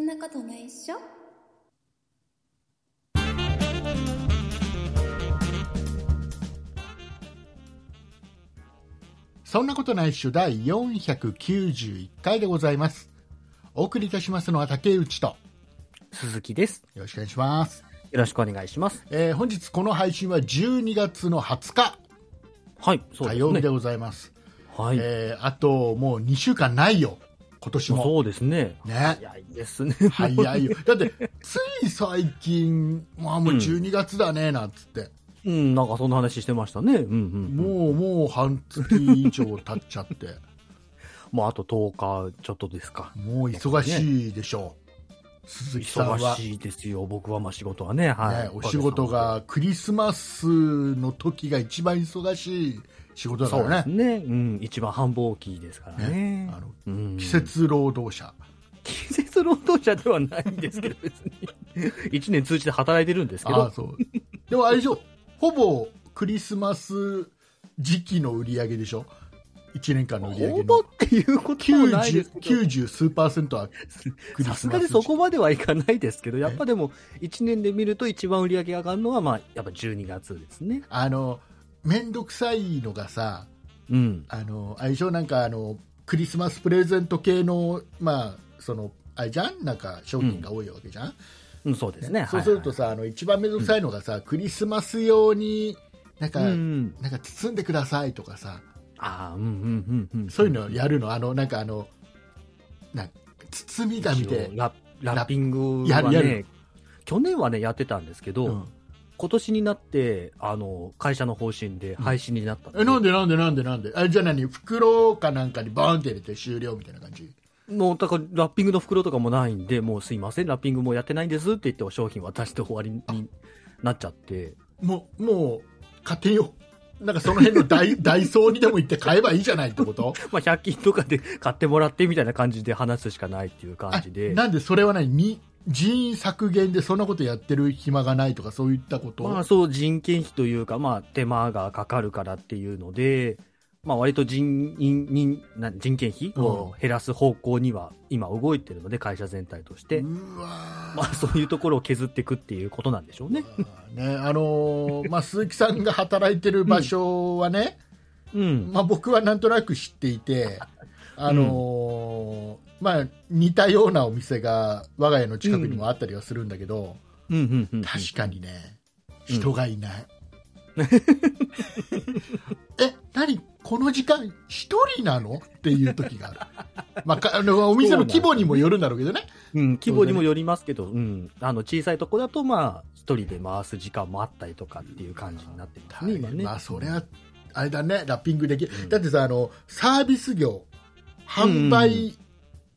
なことないっしょそんなことないっしょ第491回でございます。お送りいたしますのは竹内と、よ鈴木です。ろしくお願いします。よろしくお願いします。えー本日この配信は12月の20日、はい、そう火で曜す日でね。ございます。はい、えーあともう2週間ないよ、今年も。そうですね。ね。早いですね。早いよ。だって、つい最近、まあもう12月だね、なんつって。 うん、なんかそんな話してましたね。うんうん。もう、もう、もう半月以上経っちゃって。まあ、あと10日ちょっとですか。もう忙しいでしょう。鈴木さん 忙は。しいですよ。僕はまあ仕事はね。はい。ね、お仕事がクリスマスの時が一番忙しい仕事だそうからですね、ね。うん、一番繁忙期ですからね。ねあのうん季。節労働者、季節労働者ではないんですけど、別に。 一年通じて働いてるんですけああど。そうでもあれでしょ、ほぼクリスマス時期の売り上げでしょ、1年間の売り上応げの募っていうことはないです90けど。 90数パーセントはクリさスすマがスに時そ期こまではいかないですけど、やっぱでも、1年で見ると一番売り上げが上がるのは、まあ、やっぱ12月ですね。あの面倒くさいのがさ、うん。あの相性なんかあのクリスマスプレゼント系の,、まあ、そのあれじゃん、なんか商品が多いわけじゃん。うん、そうですね。そうはいするとさ、あの一番面倒くさいのがさ、クリスマス用になんか、はいうん。なんか包んでくださいとかさ、ああ、うんうんうんうん。そういうのやるの、あのなんかあのなんか包み紙で、ララッピングやはるやるね、去年はね、やってたんですけど、うん今年になって、あの、会社の方針で廃止になったえなんででなんでなんでなんで、あじゃあ何袋かなんかにバーンって入れて終了みたいな感じ。もう、だから、ラッピングの袋とかもないんで、もうすいません、ラッピングもうやってないんですって言って、お商品渡して終わりになっちゃって。もうもう家庭をなんかその辺のダ イダイソーにでも行って買えばいいじゃないってこと。まあ、100均とかで買ってもらってみたいな感じで話すしかないっていう感あじで。なんでそれは何に人員削減でそんなことやってる暇がないとかそういったこと。まあ、そう、人件費というか、まあ、手間がかかるからっていうので、まあ、割と人員、人な人件費を減らす方向には今動いてるので、会社全体として。うわーまあ、そういうところを削っていくっていうことなんでしょうね。ね、あのーまあ、鈴木さんが働いてる場所はね、うん。まあ、僕はなんとなく知っていて、あのーまあ、似たようなお店が我が家の近くにもあったりはするんだけど、うん、うん、うん。確かにね、うん人がいない。え、何この時間一人なのっていう時がある。まあか、あのお店の規模にもよるんだろうけどね。うん、規模にもよりますけど、うん。あの、小さいとこだと、まあ、一人で回す時間もあったりとかっていう感じになってますね、今ね。まあそれはあれだねラッピングできる、うんだってさあのサービス業販売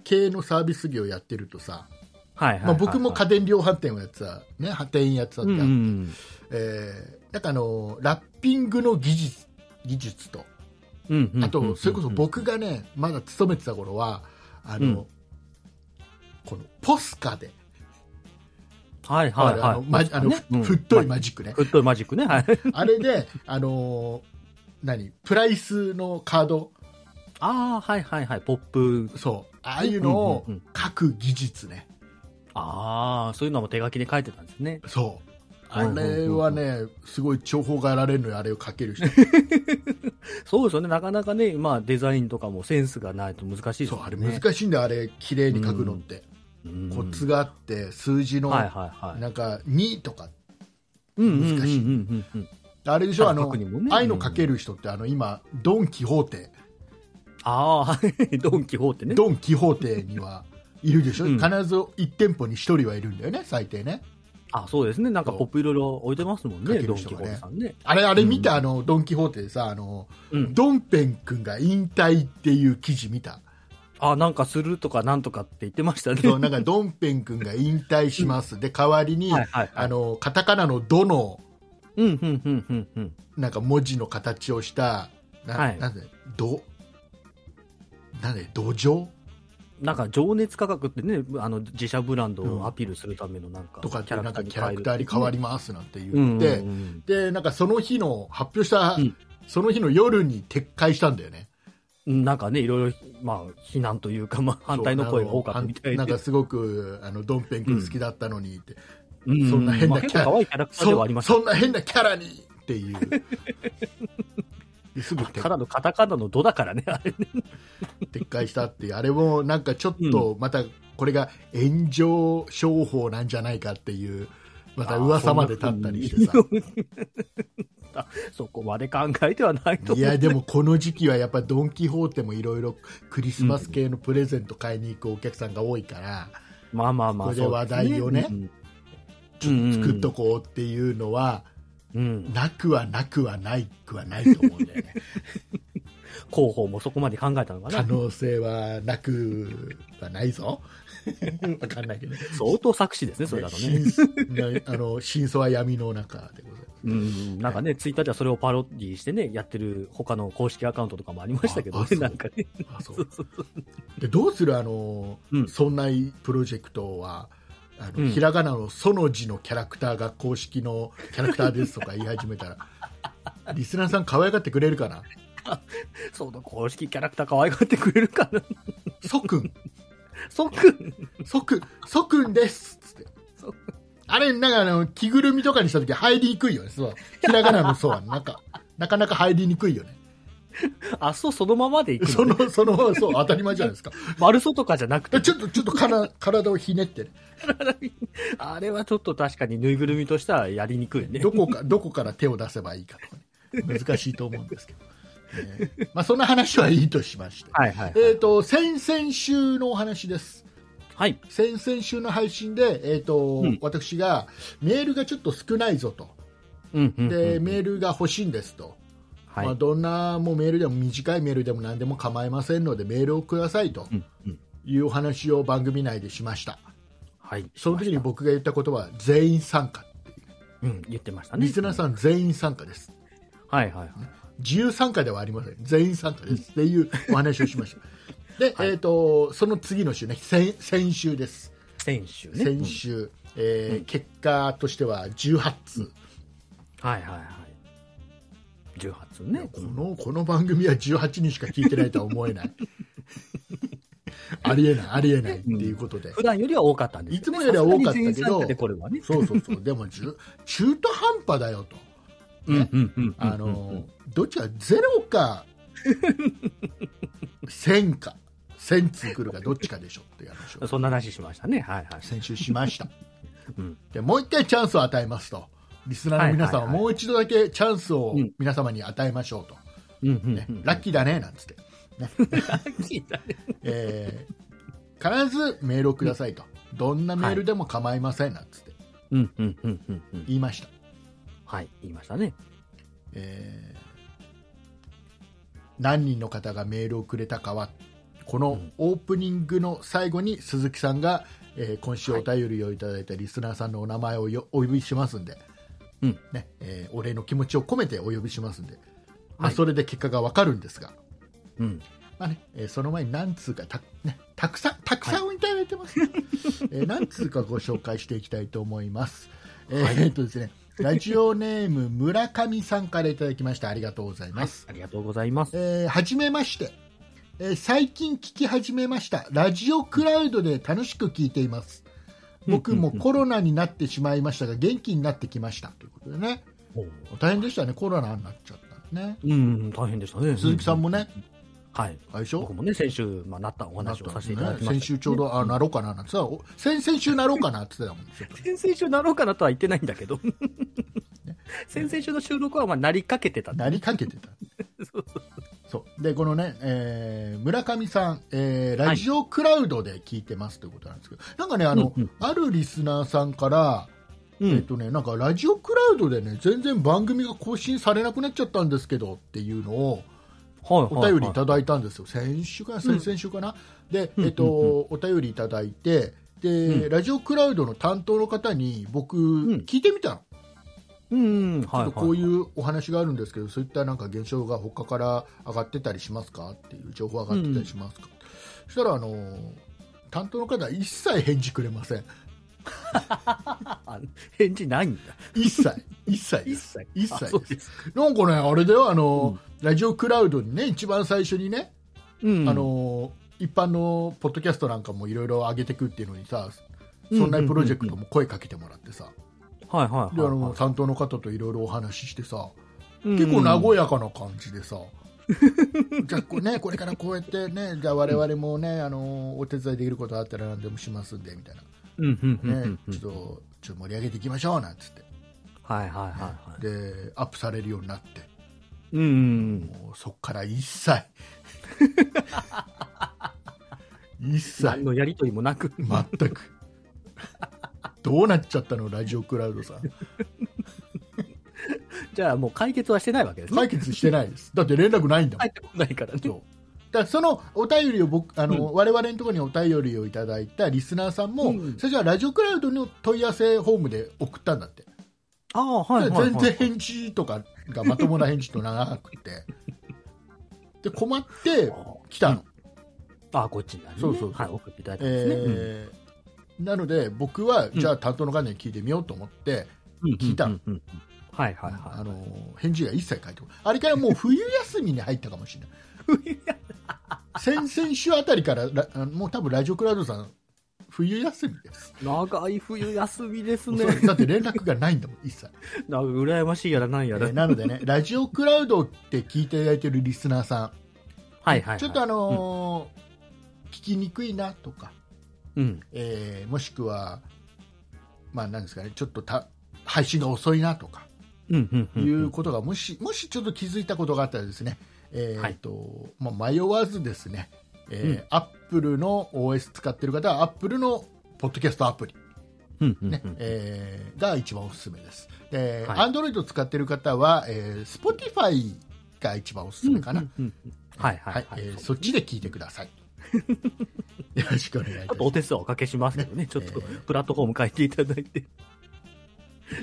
系のサービス業やってるとさ、はい、はいはいはい。まあ、僕も家電量販店をやってた、ね、店員やってたんうで、んうんえーだからあのラッピングの技術技術とうん。うんうんあとそれこそ、うん僕がねまだ勤めてた頃はあの、うんこのポスカで、はいはいはい。あのマジあのふうんふっといマジックね、フットマジックね。はい。あれで、あの何プライスのカードああ、はいはいはい。ポップ。そう。ああいうのをうんうん書く技術ね。ああ、そういうのも手書きで書いてたんですね。そう。あうんれはね、すごい重宝がやられるのよ、あれを書ける人。 そうですよね。なかなかね、まあデザインとかもセンスがないと難しいですそう、よあね。れ難しいんだよ、あれ、綺麗に書くのって。うんコツがあって、数字の、はいはいはい。なんか、2とか。うん難しいうんうんうんうん。あれでしょ、ああの、書くにもねああいうの書ける人って、あの、今、ドン・キホーテ、ああ、はい。ドン・キホー テね。ドン・キホーテには、いるでしょ、うん必ず1店舗に1人はいるんだよね、最低ね。あそうですね。なんかポップいろいろ置いてますもん書けね。ドるン・人キがホねーテさんね。あれ、あれ見た、うんあの、ドン・キホーテでさ、あの、うん。ドンペン君が引退っていう記事見た。あなんかするとかなんとかって言ってましたね。そうなんかドンペン君が引退します、で代わりに、はいはいはいあのカタカナの「ド」のうんうんうんうんうん。なんか文字の形をした、なはいなんで「ど」なんで「土壌なんか情熱価格ってね、あの自社ブランドをアピールするためのなんか、」とかってキャなラんかクキャラクタターーにに変変わわるりますなんて言って、うんうんうんでなんかその日の発表した、うんその日の夜に撤回したんだよねなんかね、いろいろ、まあ、非難というか、まあ、反対の声が多かったみたいなんでか、すごく、あの、ドンペン君好きだったのにって、うそんな変なまあ、結構可愛いキャラクターではありまそそしたんな変なキャラにって いう。ですぐた撤だのカタカナのドだからね、あれね。撤回したっていう、あれもなんかちょっと、またこれが炎上商法なんじゃないかっていう、また噂まで立ったりしてさ。さ。 そこまで考えてはないとい思う。やでもこの時期はやっぱドン・キホーテもいろいろクリスマス系のプレゼント買いに行くお客さんが多いから、まあまあまあ、ここで話題をねちょっ作っとこうっていうのは、うん。うんなくはなくはないくはないと思うんだ よね広報もそこまで考えたのか可な。能性はなくはないぞ わかんないけど相当作詞ですね、それだと ね。真あの真相は闇の中でございますうん。なんかね、ツイッターではそれをパロディしてね、やってる他の公式アカウントとかもありましたけどああそね、うなんかね。あそそううそうそう でどうするあの、うんそんなプロジェクトはあの、うんひらがなのその字のキャラクターが公式の キャラクターですとか言い始めたらリスナーさん可愛がってくれるかなその公式キャラクター可愛がってくれる かな。そくんそっくん。そくそくんですっつってそあれなんかあの着ぐるみとかにした時入りにくいよねそうひらがなのそうはなんかなかなか入りにくいよねあ、そう、そのままでいくそのね。のそのそう当たり前じゃないですか丸そとかじゃなくてちょっとちょっとから体をひねってね、あれはちょっと確かにぬいぐるみとしてはやりにくいね。どこか、どこから手を出せばいいかとかね、難しいと思うんですけど、ねまあ、そんな話はいいとしまして、はいはい、はい。えっ、と、先々週のお話です。はい。先々週の配信で、えっ、と、うん私がメールがちょっと少ないぞと、うんうんうんで、メールが欲しいんですと、はい。まあ、どんなもうメールでも短いメールでも何でも構いませんので、メールをくださいとうんうんいうお話を番組内でしました。はい。その時にしまし僕が言ったことは、全員参加。た、うん、言ってましたね。リスナーさん全員参加です。はいはいはい。自由参加ではありません、全員参加ですっていうお話をしま した。で、はいえー、とその次の週ね、先先週です、先週ね。先週、えーうん結果としては18通、うん。はいはいはい。18ね。このこの番組は18人しか聞いてないとは思え ない、ありえない、ありえないっていうことで、普段よりは多かったんですいつもよりは多かったけどさすがに全員参加でこれはね。そうそう そう、でもじゅ中途半端だよと、うんうんうんうん。あのうんうんどっちかゼロ か1000か、1000通来るか、どっちかでしょっていう話をうん。そんな話しましたね。はいはい。先週しました。うん。でもう一回チャンスを与えますと、リスナーの皆さんははいはいはいもう一度だけチャンスをうん皆様に与えましょうと、うんうんねうん。ラッキーだねなんつって、ラッキーだね。えー必ずメールをくださいと、どんなメールでも構いませんなんつってうんうんうんうんうん。言いました。はい。言いましたね。えー何人の方がメールをくれたかは、このオープニングの最後に鈴木さんが、えー今週お便りをいただいたリスナーさんのお名前をよお呼びしますんで、うんねえーお礼の気持ちを込めてお呼びしますんで、まあ、はいそれで結果がわかるんですが、うん。まあねえーその前に何通かた,、ね、たくさんたくさんいただいて ます、えー何通かご紹介していきたいと思います。えーえーっとですねラジオネーム村上さんからいただきましたありがとうございます。ありがとうございます。えーはじめまして、えー最近聞き始めましたラジオクラウドで楽しく聞いています僕もコロナになってしまいましたが元気になってきましたということでねおう大変でしたねコロナになっちゃったねうん、大変でしたね。鈴木さんもね、はい。あれでしょ僕もね、先週、まあ、なったおなっ話たをんですさせていねただきま先した。週ちょうどあなろうかななんてさお先々週なろうかなって言ってたもん ね先々週なろうかなとは言ってないんだけど。先々週の収録は、まあ、なりかけてた。なりかけてたそうそう そうでこのね、えー村上さん、えーラジオクラウドで聞いてますということなんですけど、なんかねあの、うんうんあるリスナーさんから、うえっん。とね、なんかラジオクラウドでね全然番組が更新されなくなっちゃったんですけどっていうのをはいお便りいただいたんですよ、先週かな先々週かな、で、うんえっとうんお便りいただいてで、うんラジオクラウドの担当の方に僕、ん聞いてみたの、うん、ちょはっとい。こういはうお話があるんですけど、そういったなんか現象が他から上がってたりしますかっていう情報上がってたりしますか、そしたらあのー担当の方は一切返事くれませんいはい。返事ないんだ。一 切一切です切一切あそうです。なんかねあれだよあのー、ラジオクラウドにね一番最初にねうんあの一般のポッドキャストなんかもいろいろ上げてくっていうのにさそんなプロジェクトも声かけてもらってさ、はいはいではあいはのい担当の方といろいろお話ししてさ、うん結構和やかな感じでさ、 じゃあこ,、ね、これからこうやってね、じゃあ我々もね、あのお手伝いできることあったら何でもしますんでみたいな、うんうんうんうんねちょっとちょっと盛り上げていきましょうなんつって、はいはいはいはいでアップされるようになって、うんうんもうそこから一 切、一何切、のやりとりもなく全く、どうなっちゃったの、ラジオクラウドさん。 じゃあもう解決はしてないわけですね解決してないです。だって連絡ないんだもん入ってこないからねそうだからそのお便りを僕あの、我々のところにお便りをいただいたリスナーさんも、うん最初はラジオクラウドの問い合わせフォームで送ったんだって、 ああはいはいはい全然返事とかがまともな返事と長くてで困って来たの、ああこっちになるねそうそうそうはい送っていただいたんですねうんえーなので僕は、うんじゃあ担当の方に聞いてみようと思って、聞いたはいはあいはの返事が一切返ってこないあれからもう冬休みに入ったかもしれないい。先々週あたりからラあもう多分ラジオクラウドさん冬休みです長い冬休みですそねう。ですだって連絡がないんだもん、一切。なんか羨ましいやらなんやら。えーなのでね、ラジオクラウドって聞いていただいてるリスナーさん、はいはいはい。ちょっとあのー聞きにくいなとか、うん。えーもしくは、まあ、なんですかね、ちょっとた配信が遅いなとかうんうんういん。うことが、もし、もしちょっと気づいたことがあったらですね、えーとまあ、迷わずですね、えーうんアップルの OS 使ってる方は、アップルのポッドキャストアプリ。うんうんうんねえーが一番おすすめです。で、はい Android を使っている方は、えー、Spotify が一番おすすめかな。うんうんうんはいははいい、はい。えーちょそっちで聞いてくだ さい。よろしくお願いいたしまっすとお手数はおかけしますけどね。ちょっとプラットフォーム変えていただいて、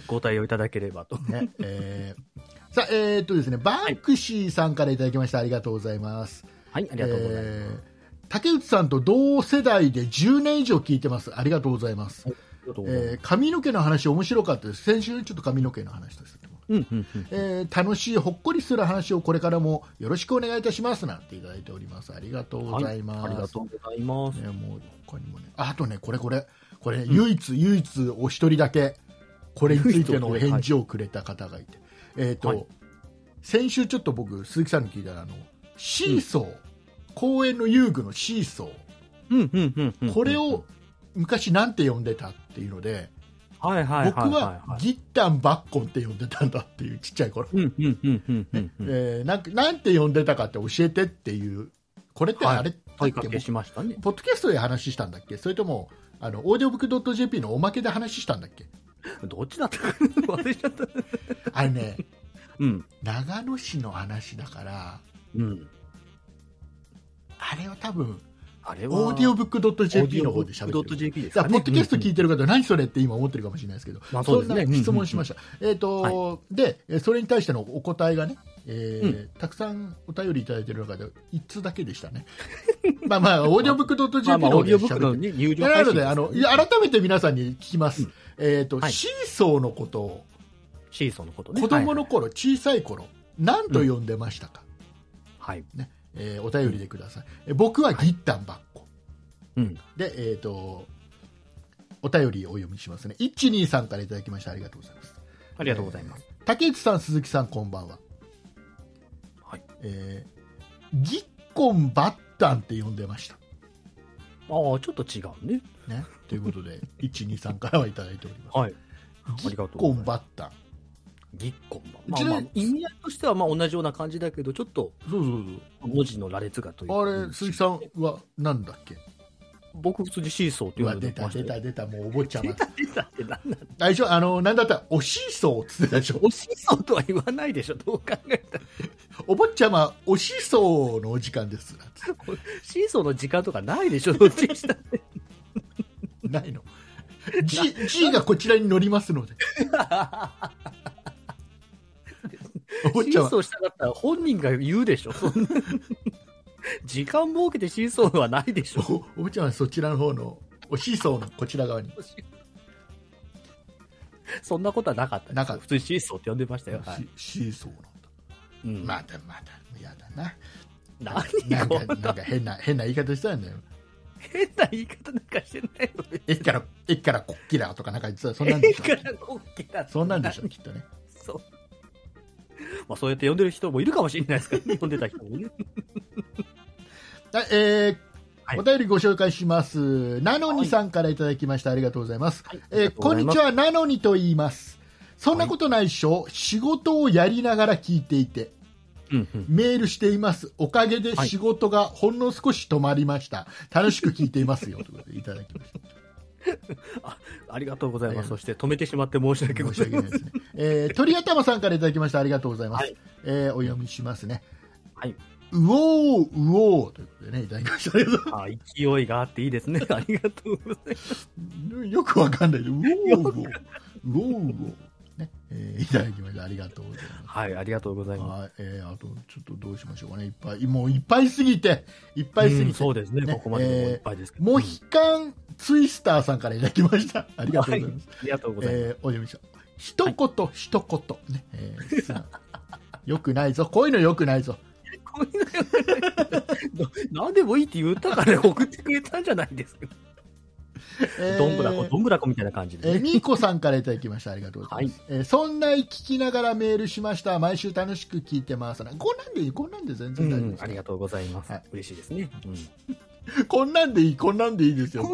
ご対応いただければと。ねえーさあ、えーっとですね、バンクシーさんからいただきました。ありがとうございます。はい、ありがとうございます。えー竹内さんと同世代で10年以上聞いてます。ありがとうございます。ありがとうございますえー髪の毛の話面白かったです。先週ちょっと髪の毛の話ですけども。うんうんうん。えー楽しいほっこりする話をこれからもよろしくお願いいたしますなんていただいておりますありがとうございます、ありがとうございます。ね、もう他にもねああとねこれこれこれ、唯一唯一お一人だけこれについてのお返事をくれた方がいてえっ、と、はい先週ちょっと僕鈴木さんに聞いたらあのシーソー、公園の遊具のシーソうんうんうんうーん。これを昔なんて呼んでたっていうので、はいはいはいいい。僕はギッタンバッコンって呼んでたんだっていうちっちゃい頃うんうんうんうんうんうん。えーなんかなんて呼んでたかって教えてっていうこれってあれだっ問いけかもけうしましたね。ポッドキャストで話したんだっけそれともあのオーディオブックドット JP のおまけで話したんだっけどっちだったかな忘れちゃった。あれ ねうん。長野市の話だからうん。あれは多分あれは、オーディオブックドット JP のの方方でで喋喋っっててるる。だからポッドキャスト聞いて、てる方、何それって今思ってるかもしれないですけど、まあそそうでんすなね。質問しましした。えっと、で、えそれに対してのお答えがね、えーたくさんお便りいただいてる中で、1通だけでしたね。 まあまあ、オーディオブックドットま JP あまのあ、オ方ーでディオブック喋のってね、有料な配の信で、ですあの、いや改めて皆さんに聞きます。えっと、はいシーソーのことを、シーソーのことね。子供のはい頃、小さい頃、何と呼んでましたか、はい。えーお便りでください。え僕はギッタンばっこ。うん。で、えっ、と、お便りをお読みしますね。123からいただきました。ありがとうございます。ありがとうございます。竹内さん、鈴木さん、こんばんは。はい。えー、ぎっこんばったんって呼んでました。ああ、ちょっと違うね。ね。ということ で、123からはいただいております。はい。あぎっりがとうこごんざいまばったん。す。ぎっこんば。まちあなまみあに、意味合いとしては、まあ同じような感じだけど、ちょっとそうそう文字の羅列がというそう。あれ、うん鈴木さんはなんだっけ僕普通にシーソーってう呼わ、んで出た、まし出たよ。た、出た、もうお坊ちゃま。出たってなんなんだ大丈夫、あの、なんだったら、おしいそうっつってたでしょ。 おシーソーとは言わないでしょ、どう考えたら。お坊ちゃま、おしいそうのお時間です。 なんつって シーソーの時間とかないでしょ、どっち にしたってないの。G, G がこちらに乗りますので。お坊シちゃーまソ、ーしたかったら本人が言うでしょ、そ んな時間設けてシーソーはないでしょ。 おお坊ちゃまそちらの方の、おシーソーのこちら側に。そんなことはなかったですなかった普通にシーソーって呼んでましたよ。はいシシーソーなんだ。うんまだまだ、やだな。何なんこかなんのか変な変な言い方したんだよ変な言い方なんかしてないよね。駅から駅からこっきらとかなんか言ってたそんなん でしょいいからこっけだってそんなんでしょきっとねそう。まあそうやって呼んでる人もいるかもしれないですからね、 呼んでた人もね。はいえーはいお便りご紹介します。なのにさんからいただきました。ありがとうございます。えーこんにちは。は、なのにと言います。そんなことないっしょ、仕事をやりながら聞いていて、うんうんメールしています。おかげではい仕事がほんの少し止まりました。楽しく聞いていますよ。ということでいただき ました。ありがとうございありまがす。とそして止めてしまって申し訳ご申しざい訳まないせでん。すね。えー、鳥頭さんからいただきました。ありがとうございます。はいえーお読みしますね。はい。うおー、うおーということでね、いただきました。ありがとうございあ勢いがあっていい ですね。ありがとうございます。ますよくわかんないけど、うおー、うおー、うおー、うおー。ね、えーいただきました。ありがとうございます。はい、ありがとうございまはい、えーあとちょっとどうしましょうかね、いっぱい、もういっぱいすぎて、いっぱいす。すうぎんて、そうですね、ねここまでもういっぱいですけど。モヒカンツイスターさんからいただきました。ありがとうございます。はいありがとうございます。えーお読みしよう。一言、一言、ね、えーさあよくないぞ、こういうのよくないぞ。こう いうのよ何でもいいって言ったから送ってくれたんじゃないですか。えーどんぶらこ、どんぶらこみたいな感じえでーね。みーこさんからいただきました。ありがとうございます。えーそんな聞きながらメールしました。毎週楽しく聞いてます。こんなんでいい、こんなんで全う然大丈夫んです、ありがとうございますはい。嬉しいですね。うんこんなんでいい、こんなんでいいですよ。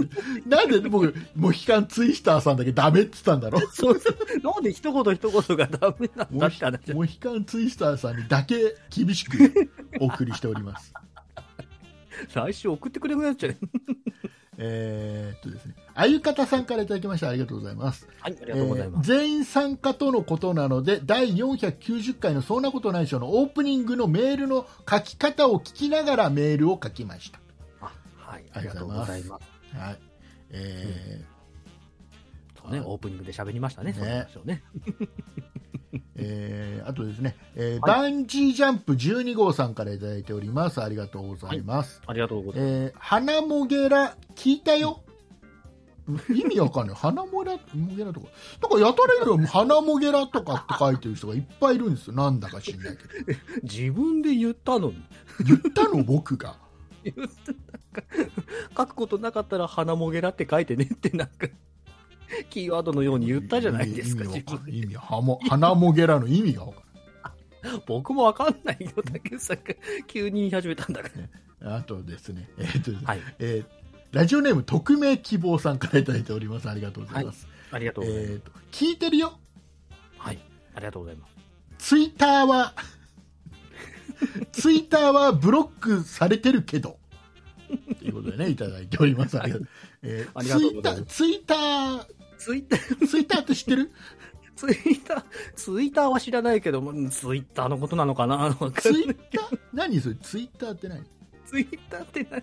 なんで僕、モヒカンツイスターさんだけダメって言ったんだろそうそう。なんで一言一言がダメなんモだって話 ヒモヒカンツイスターさんにだけ厳しくお送りしております。 来週送ってくれなくなっちゃう。えーっとですね、あゆかたさんからいただきました。ありがとうございます。はい、ありがとうございえーます。全員参加とのことなので、第490回のそんなことないでしょのオープニングのメールの書き方を聞きながらメールを書きました。あはい、あありりががととううごござざいいます。はい。えーそうね、オープニングで喋りましたね、ねそうしましょうね。えーあとですね、えーはバンジージャンプ12号さんからいただいております。ありがとうございます。ありがとうございまえー花もげら、聞いたよ。意味わかんない。 花もら、もげらとか。なんかやたらいるよ。花もげらとかって書いてる人がいっぱいいるんですよ。なんだか知んないけど。す。自分で言ったのに、言ったの僕が。書くことなかったら花もげらって書いてねってなんか、キーワードのように言ったじゃないですか、意味自わかん分ない意で。味はも、花もげらの意味がわか僕もわかんないよ、竹内さんが急に言い始めたんだから。んない。あとですね、えーっとですねはい、 えーラジオネーム匿名希望さんからいただいております。ありがとうございます。ありがとうえございます。ーっと、聞いてるよ。はい、ありがとうございます。ツイッター は、ツイッターはブロックされてるけど、ということでね、いただいております。ありがとう。えーありがとうございますツイッター、ツイツイッター、 ッター、ツイッターって知ってるツイッター、ツイッターは知らないけど、うんツイッターのことなのかなわかんないツイッタ ー何それツイッターって何ツイッターって何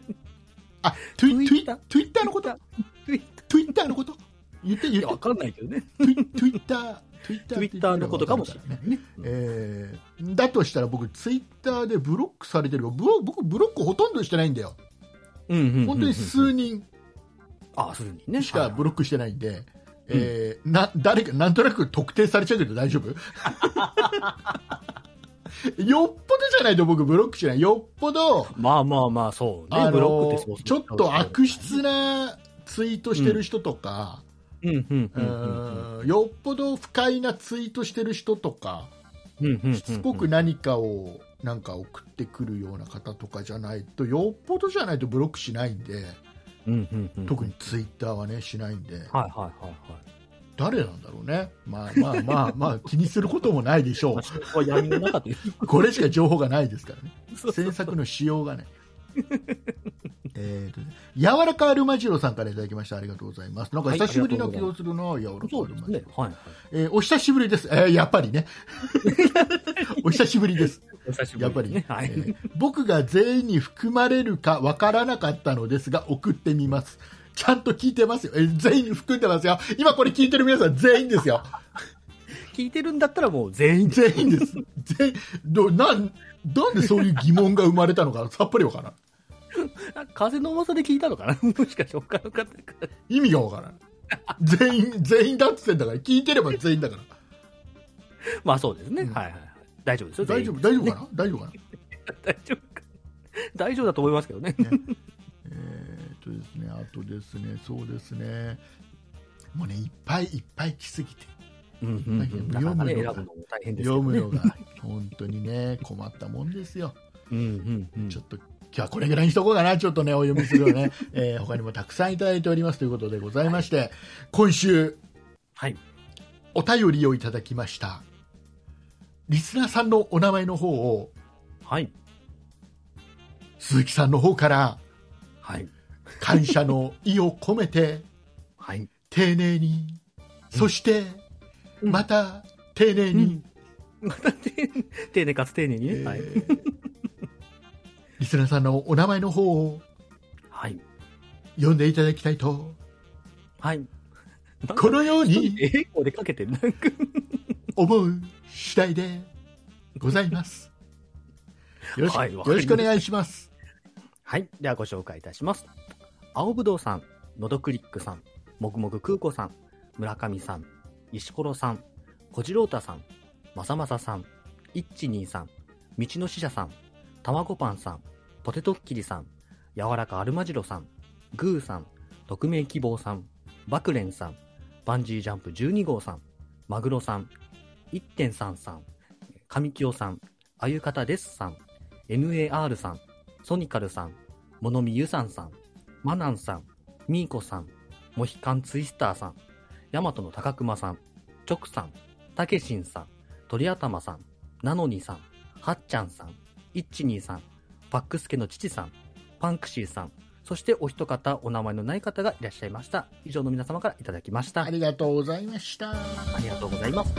あ、ツイツイツイ Twitter ッターのことツイッタツイッターのこと言って、言ーいや、っわて、かんないけどね。ツイツイッター、ツイッターツイって言ってッみればターのことかもしれないね。えーだとしたら僕、ツイッターでブロックされてるブロ僕、ブロックほとんどしてないんだよ。うんうんうんうん本当に数人。あ、するにね。しかブロロックしてないんで、えーな誰かなんとなく特定されちゃうけど大丈夫 よっぽどじゃないと僕ブロックしないよっぽど、まあまあまあ、そうね。あブロッのクってそうちょっと悪質なツイートしてる人とか、うんうんうんうんうんよっぽど不快なツイートしてる人とか、うんうんうんうん。しつこく何かをなんか送ってくるような方とかじゃないとよっぽどじゃないとブロックしないんでうんうんうん。特にツイッターはねしないんで。はいはいはいはい。誰なんだろうね、まあまあまあ、まあ、気にすることもないでしょまあ、そこは闇の中という う、これしか情報がないですからね、そうそう詮索のしようが ない。えーとね、柔らかアルマジロさんからいただきました、ありがとうございます。なんか久しぶりな気がするな、柔らかそアうルでマすジロ、ね。はいはい。えーお久しぶりです、えーやっぱ りね、お久しぶりです、お久しやっぱぶりりねね。 はいえ。ー僕が全員に含まれるかわからなかったのですが、送ってみます。ちゃんと聞いてますよ。えー全員に含んでますよ。今これ聞いてる皆さん全員ですよ。 聞いてるんだったらもう全員で。全員です。全員どなん、なんでそういう疑問が生まれたのか、さっぱりわからん。あ風の重さで聞いたのかな もしかして他の方から。意味がわからん。全員、全員だって言ってんだから、聞いてれば全員だから。まあそうですね。うんはいはいはい。大丈夫ですよ。大丈夫、大丈夫かな大丈夫かな夫。大丈夫か。大丈夫だと思いますけどね。えーっとですね、あとですね、そうですね、もうね、いっぱいいっぱい来すぎて、うんうんうんなかなかね、選ぶのも大変ですけ読どむね。のが本当にね、困ったもんですよ。うんうんうんちょっと今日はこれぐらいにしとこうかな、ちょっとね、お読みするよ ね、えー他にもたくさんいただいておりますということでございまして、今週、はい。お便りをいただきました。リスナーさんのお名前の方を、はい。鈴木さんの方から、はい。感謝の意を込めて、はい。丁寧に、そして、うんまた、丁寧に、うんまた丁寧丁寧かつ丁寧にえね。ーはい。 リスナーさんのお名前の方をはい。読んでいただきたいと、はい。なんこかのように英語でかけてる。なんか思う次第でございます。よろし,、はいよわかろりまししたくお願いします。はい。ではご紹介いたします。青ぶどうさん、のどクリックさん、もぐもぐ空子さん、村上さん、石ころさん、小次郎太さん、まさまささん、いっちにーさん、道の使者さん、たまごパンさん、ポテトッキリさん、やわらかアルマジロさん、グーさん、匿名希望さん、バクレンさん、バンジージャンプ12号さん、マグロさん、1.3さん、神清さん、あゆかたですさん、NAR さん、ソニカルさん、モノミユさんさん、マナンさん、ミーコさん、モヒカンツイスターさん、ヤマトの高熊さん、チョクさん、タケシンさん、鳥頭さん、ナノニさん、ハッちゃんさん、イッチニーさん、パックスケの父さん、パンクシーさん、そしてお一方、お名前のない方がいらっしゃいました。以上の皆様からいただきました。ありがとうございました。ありがとうございます。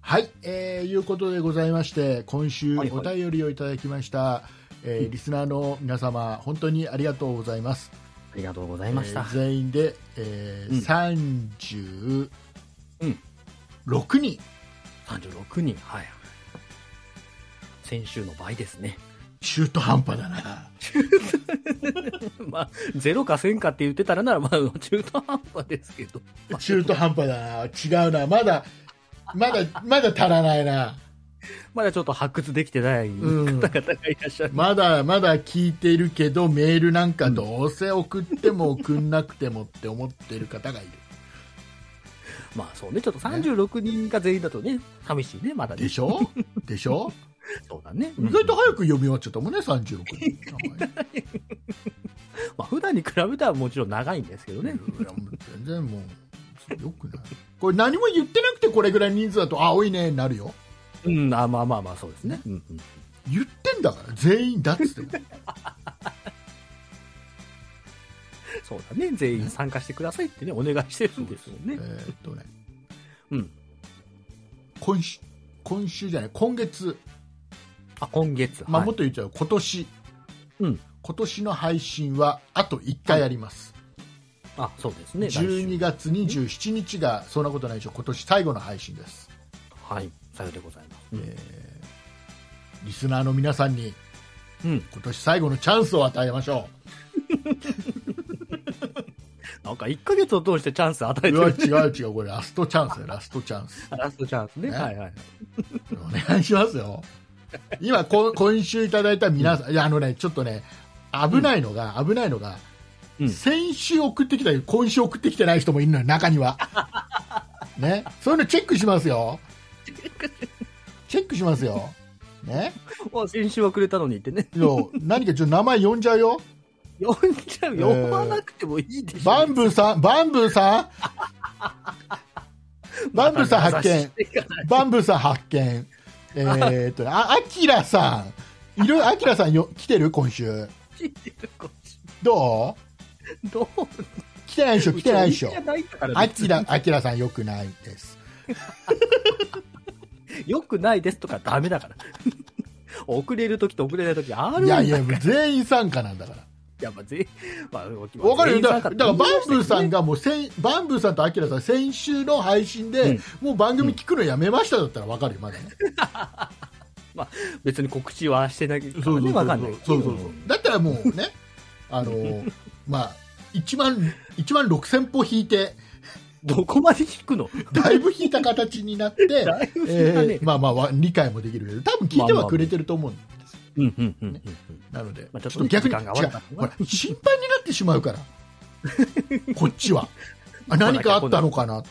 はい、えー、いうことでございまして、今週はいはおい便りをいただきました、えーリスナーの皆様、本当にありがとうございます。ありがとうございましたえー。全員で、えーうん36人、 36人。はい。先週の倍ですね。 中途半端だな。まあ、ゼロか1000かって言ってたらなら、まあ、中途半端ですけど。中途半端だな。違うな。まだ、まだ、まだ足らないな。まだちょっと発掘できてない方うん々がいらっしゃる。まだまだ聞いてるけどメールなんかどうせ送っても送んなくてもって思ってる方がいるまあそうね、ちょっと36人が全員だとね、寂しいね、まだね。でしょ でしょそうだね。意外と早く読み終わっちゃったもんね36人まあ普段に比べたらもちろん長いんですけどね。全然もうよくないこれ何も言ってなくてこれぐらい人数だとあ多いねなるようん、あまあまあまあ、そうですね。うんうん言ってんだから全員だっつ ってそうだね、全員参加してくださいってね、お願いしてるんですよえね。ーっとねうん。今週今週じゃない今月、あ、今月。まあ、はいもっと言っちゃう今年、うん今年の配信はあと1回あります、あ、そうですね。来週12月27日がそんなことないでしょ今年最後の配信です、はい、さようでございます。うんえーリスナーの皆さんにうん。今年最後のチャンスを与えましょなんか1ヶ月を通してチャンス与うえてうわる。違う違うこれラストチャンスだよラストチャンスラストチャンスね。ねはいはい。お願いしますよ今こ今週いただいた皆さん、いやあのねちょっとね危ないのが、危ないのが、うん先週送ってきたけど今週送ってきてない人もいるのよ中に はねそういうのチェックしますよチェックしますよねあ先週はくれたのにってね。そう何かちょっと名前呼んじゃうよ呼んじゃう、えー呼ばなくてもいいでしょ。バンブーさん、バンブーさん、バンブーさん発見。バンブーさん発見。えーっとね、あ、アキラさん。いろいろ、アキラさんよ、来てる今週。どどうう来てないでしょ、来てないでしょうち。はないからアキラ、アキラさんよくないです。よくないですとかダメ だから。遅れるときと遅れないときあるんいだやいや、全員参加なんだから。やっぱぜ、まあ、わわかるよだだだからバンブーさんがもうせんバンブーさんとアキラさん先週の配信で、もう番組聞くのやめましただったらわかるよまだね別に告知はしてないからそうそうね、そわうかんない。そうそうそうだったらもうねあの ーまあ1万 ,1 万6000歩引いてどこまで聞くの だいぶ引いた形になって、 だいぶ聞いたえねー。まあまあわ理解もできるけど多分聞いてはくれてると思うんです、うんうんうんうん。なので、まあちちょょっっとと逆ねに違時う間がほ合わらなかった心配になってしま うからこっちはあ何かあったのか なって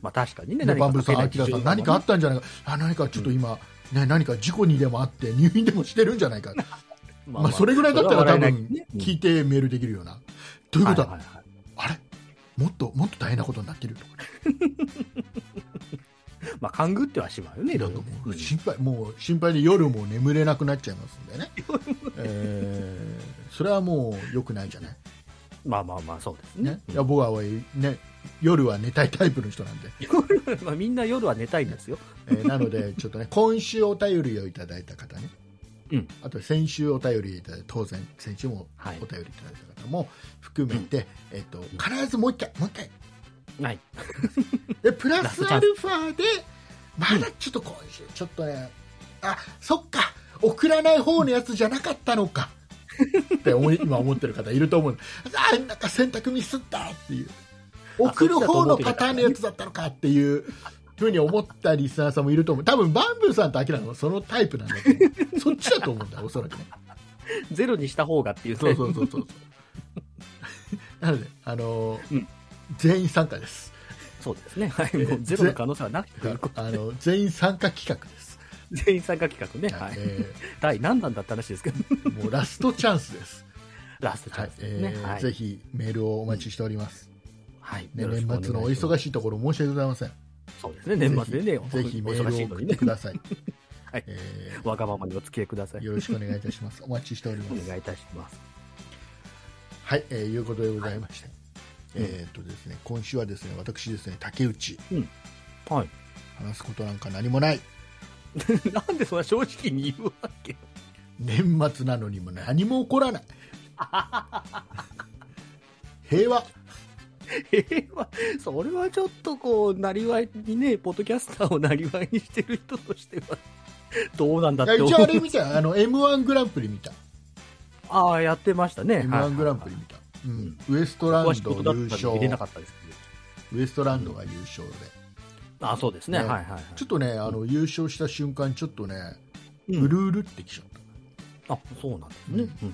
まあ確かにね、ね、バンブかーさん、アキラさん、何かあったんじゃないか、あ何かちょっと今、ね、何か事故にでもあって、入院でもしてるんじゃ ないか、まあそれぐらいだったら、多分聞いてメールできるような。ということは、あれもっともっと大変なことになってるとか、まあ勘ぐってはしまうよね、だどとんどんもう心配もう心配で夜も眠れなくなっちゃいますんでね、えーそれはもう良くないじゃない、まあまあまあ、そうですねね。いや僕は、ね、夜は寝たいタイプの人なんで、 まあみんな夜は寝たいんですよ。えーなので、ちょっとね、今週お便りをいただいた方ね、うんあと先週お便りいただいた、当然、先週もはいお便りいただいた方も含めて、えっと、必ずもう一回、もう一回、はい。でプラスラストチャアンスルファで、まだちょっと今週、ちょっとね、あそっか、送らない方のやつじゃなかったのか。って思い今思ってる方いると思うあなんか選択ミスったっていう送る方のパターンのやつだったのかっていうふうに思ったリスナーさんもいると思う多分バンブーさんとアキラのそのタイプなんだけどそっちだと思うんだよおそらくねゼロにした方がっていうそうねそうそうそうなのであのーうん全員参加ですそうですね。はい。もうゼロの可能性は なくて、あの全員参加企画です、全員参加企画ね。はい。え第何弾だった話ですけど、 ーもうラストチャンスですラストチはいャンスですえね。ーはいぜ。ひメールをお待ちしております、はい。ね、年末のお忙しいところ申し訳ございませんそうですね、年末でね、ぜひおメー忙しルいをの送にってねく、ださい。 はいえわがままにお付き合いくださーい。よろしくお願いいたします。お待ちしておりおます。願いいたします。はい、えーいうことでございまして、えーっとですね、今週はですね、私ですね、竹内、はい。話すことなんか何もない。 なんでそんな正直に言うわけ 年末なのにも何も起こらない。平和。平和それはちょっとこう、なりわいにね、ポッドキャスターをなりわいにしてる人としては、 どうなんだいやって一思応あう。れ見た、あの、M1 グランプリ見た。ああ、やってましたね。はい M1 グランプリ見た。うん、ウエストこラこはン仕ド事だった優んで勝。見れなかったですけど。ウエストランドが優勝で。ああ、そうですね。ねはいはいはい。ちょっとね、あの、優勝した瞬間、ちょっとね、うんうるうるってきちゃった。あ、そうなんですね。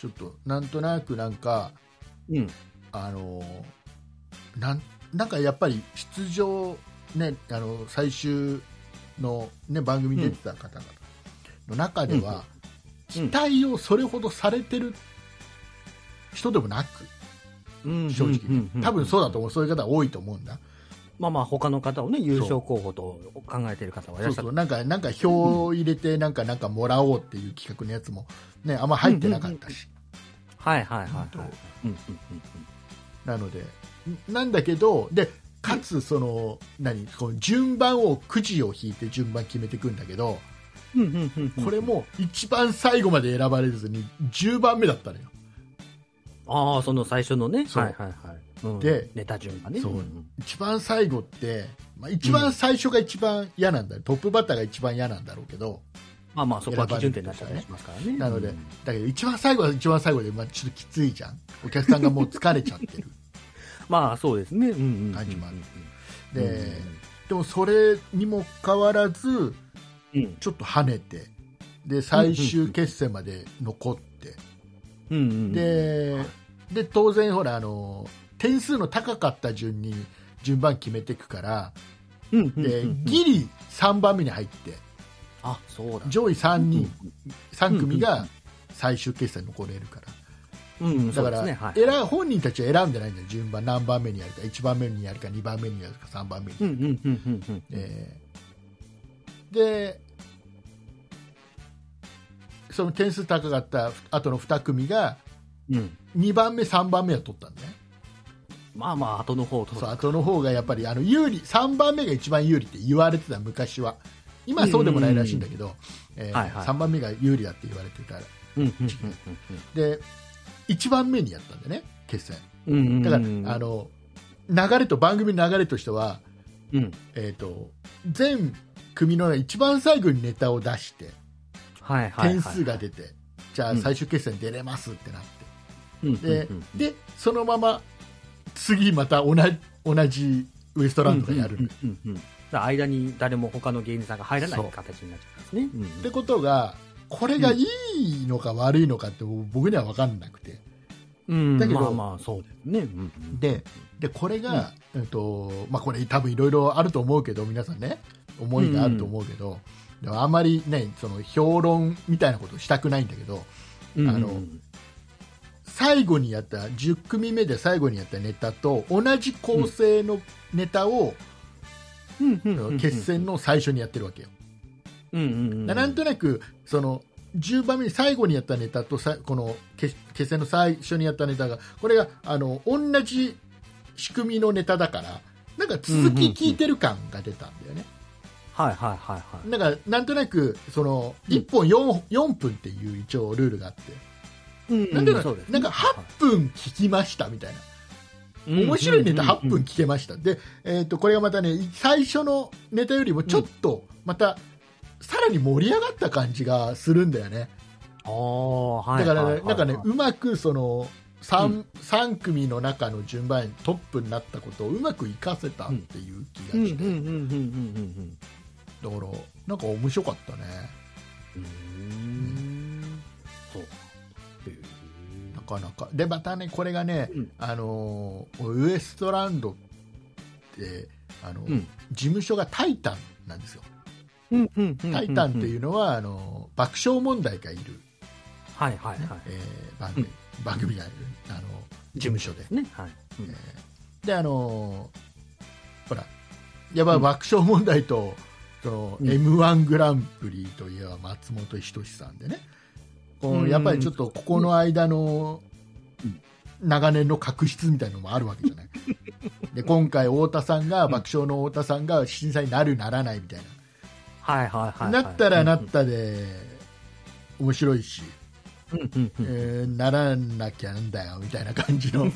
ちょっとなんとなくなんかうん。うん。あのーなんなんかやっぱり出場ねあの最終のね番組に出てた方々の中では、うん期待をそれほどされてる人でもなく、うん正直、うんうん多分そうだと思うそういう方多いと思うんだ、まあまあ、他の方をね、優勝候補と考えてる方はいそらっうしそゃるう。なんかなんか票を入れてなんかなんかもらおうっていう企画のやつもねあんま入ってなかったし、はいはいはいはいうん。うんうんうんなのでんなんだけどでかつその何こう順番をくじを引いて順番決めていくんだけどうんうんうんうん。これも一番最後まで選ばれずに10番目だったのよああ、その最初のね。そうはいはいはいうん。でネタ順がね。そうんん一番最後って、まあ、一番最初が一番嫌なんだよ、トップバッターが一番嫌なんだろうけどまあまあ、そこは基準点になっちゃったりしますからね。なので、うんだけど一番最後は一番最後で、まあ、ちょっときついじゃんお客さんがもう疲れちゃ ってるまあそうですね。うんうんうん。感じもあるうんうんうんででもそれにもかわらずうんちょっと跳ねてで最終決戦まで残って、うんうんうん。でで当然ほらあの点数の高かった順に順番決めていくからうんうんうんうん、でギリ3番目に入ってあ、そうだ。上位3人うん3組が最終決戦に残れるからうん、だそうかですら、ね。はい。選本人たちは選んでないんだよ順番何番目にやるか1番目にやるか2番目にやるか3番目にうやんるうか、んうんうんうん。えーでその点数高かった後の2組がうん。 2番目3番目は取ったんだねまあまあ、後の方と。そう後の方がやっぱりあの有利3番目が一番有利って言われてた昔は今はそうでもないらしいんだけど、えーはいはい3番目が有利だって言われてたうんうんで1番目にやったんでね決戦うんうんうんだから、うんあの流れと番組の流れとしては、うんえー、と全組の一番最後にネタを出してはいはいはい点数が出て、じゃうあん最終決戦出れますってなって、うんでうんうんでそのまま次また同じ同じウエストランドがやる、うんっうんうんうんだから間に誰も他の芸人さんが入らない形になっちゃうんですねうんうんてことがこれがいいのか悪いのかって僕には分かんなくてうんだけどまあまあそうだよねうんうんででこれが、えっとまあ、これ多分いろいろあると思うけど皆さんね思いがあると思うけど、でもあんまり、ね、その評論みたいなことしたくないんだけど、うんうんあの最後にやった10組目で最後にやったネタと同じ構成のネタをうんうんうんうん決戦の最初にやってるわけよ、うんうんうんだからなんとなくその10番目に最後にやったネタとさこの決決戦の最初にやったネタがこれがあの同じ仕組みのネタだからなんか続き聞いてる感が出たんだよね、はいはいはいはいなんかなんとなくそのうん1本 4, 4分っていう一応ルールがあって、うんなんていうのそうですなねんか8分聞きましたみたいな面白いネタ8分聞けました、で、えー、とこれがまたね最初のネタよりもちょっとまた、さらに盛り上がった感じがするんだよねああはだいかはら、いはいはいなんかねうまくその 3,、う三組の中の順番にトップになったことをうまく活かせたっていう気うがんうんして、うんうんうんうんだからなんか面白かったねうんうんそうへなかなかでまたねこれがね、うんあのーウエストランドってあの、えうん事務所がタイタンなんですようんうんうんタイタンといううのは、あの爆笑問題がいる、んはいはいはいえー番組、番組がいるあの事務所で、ねはいうんであのほらやばい爆笑問題と、そのうん m 1グランプリといえば松本人志さんでね、こうのんやっぱりちょっとここの間の、うん長年の確執みたいなのもあるわけじ ゃないで今回太田さんが、爆笑の太田さんが審査になるならないみたいなはいはいはいはいなったらなったで、面白いし、うんうんうんうんえーならなきゃなんだよみたいな感じ の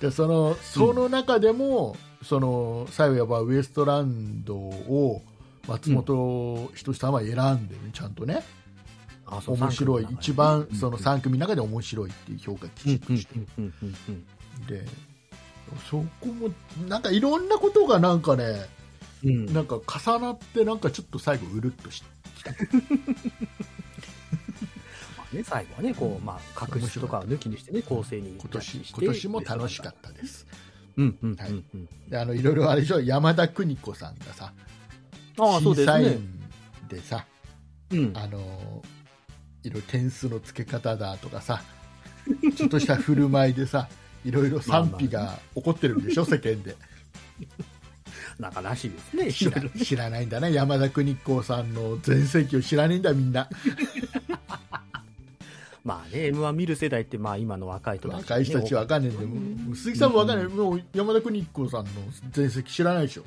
でそのその中でも、その最後やっぱウエストランドを松本人志さんは選んでる、ちゃんとねあそう面白い三組の中で一番そのうん3組の中で面白いっていう評価基準として、うんうんうんうんでそこもなんかいろんなことがなんかねうんなんか重なってなんかちょっと最後うるっとしてまあね、最後はね、こう、まあ、隠しとかを抜きにしてね、構成に今年今年も楽しかったです。うんうんうん、ははいい、であのいろいろあれでしょ山田邦子さんがさああ、そ審うです査ね。員でさうん、あのいろいろ点数の付け方だとか さちょっとした振る舞いでさいろいろ賛否が起こってるんでしょ世間 でなんからしいで すね、知ら知らないんだね山田邦子さんの全盛期を知らないんだみんなまあね、M1 見る世代って、まあ、今の若い人たち、ね、若い人たちわかんねえんでもう鈴木さんもわかんないもう山田邦子さんの全盛期知らないでしょ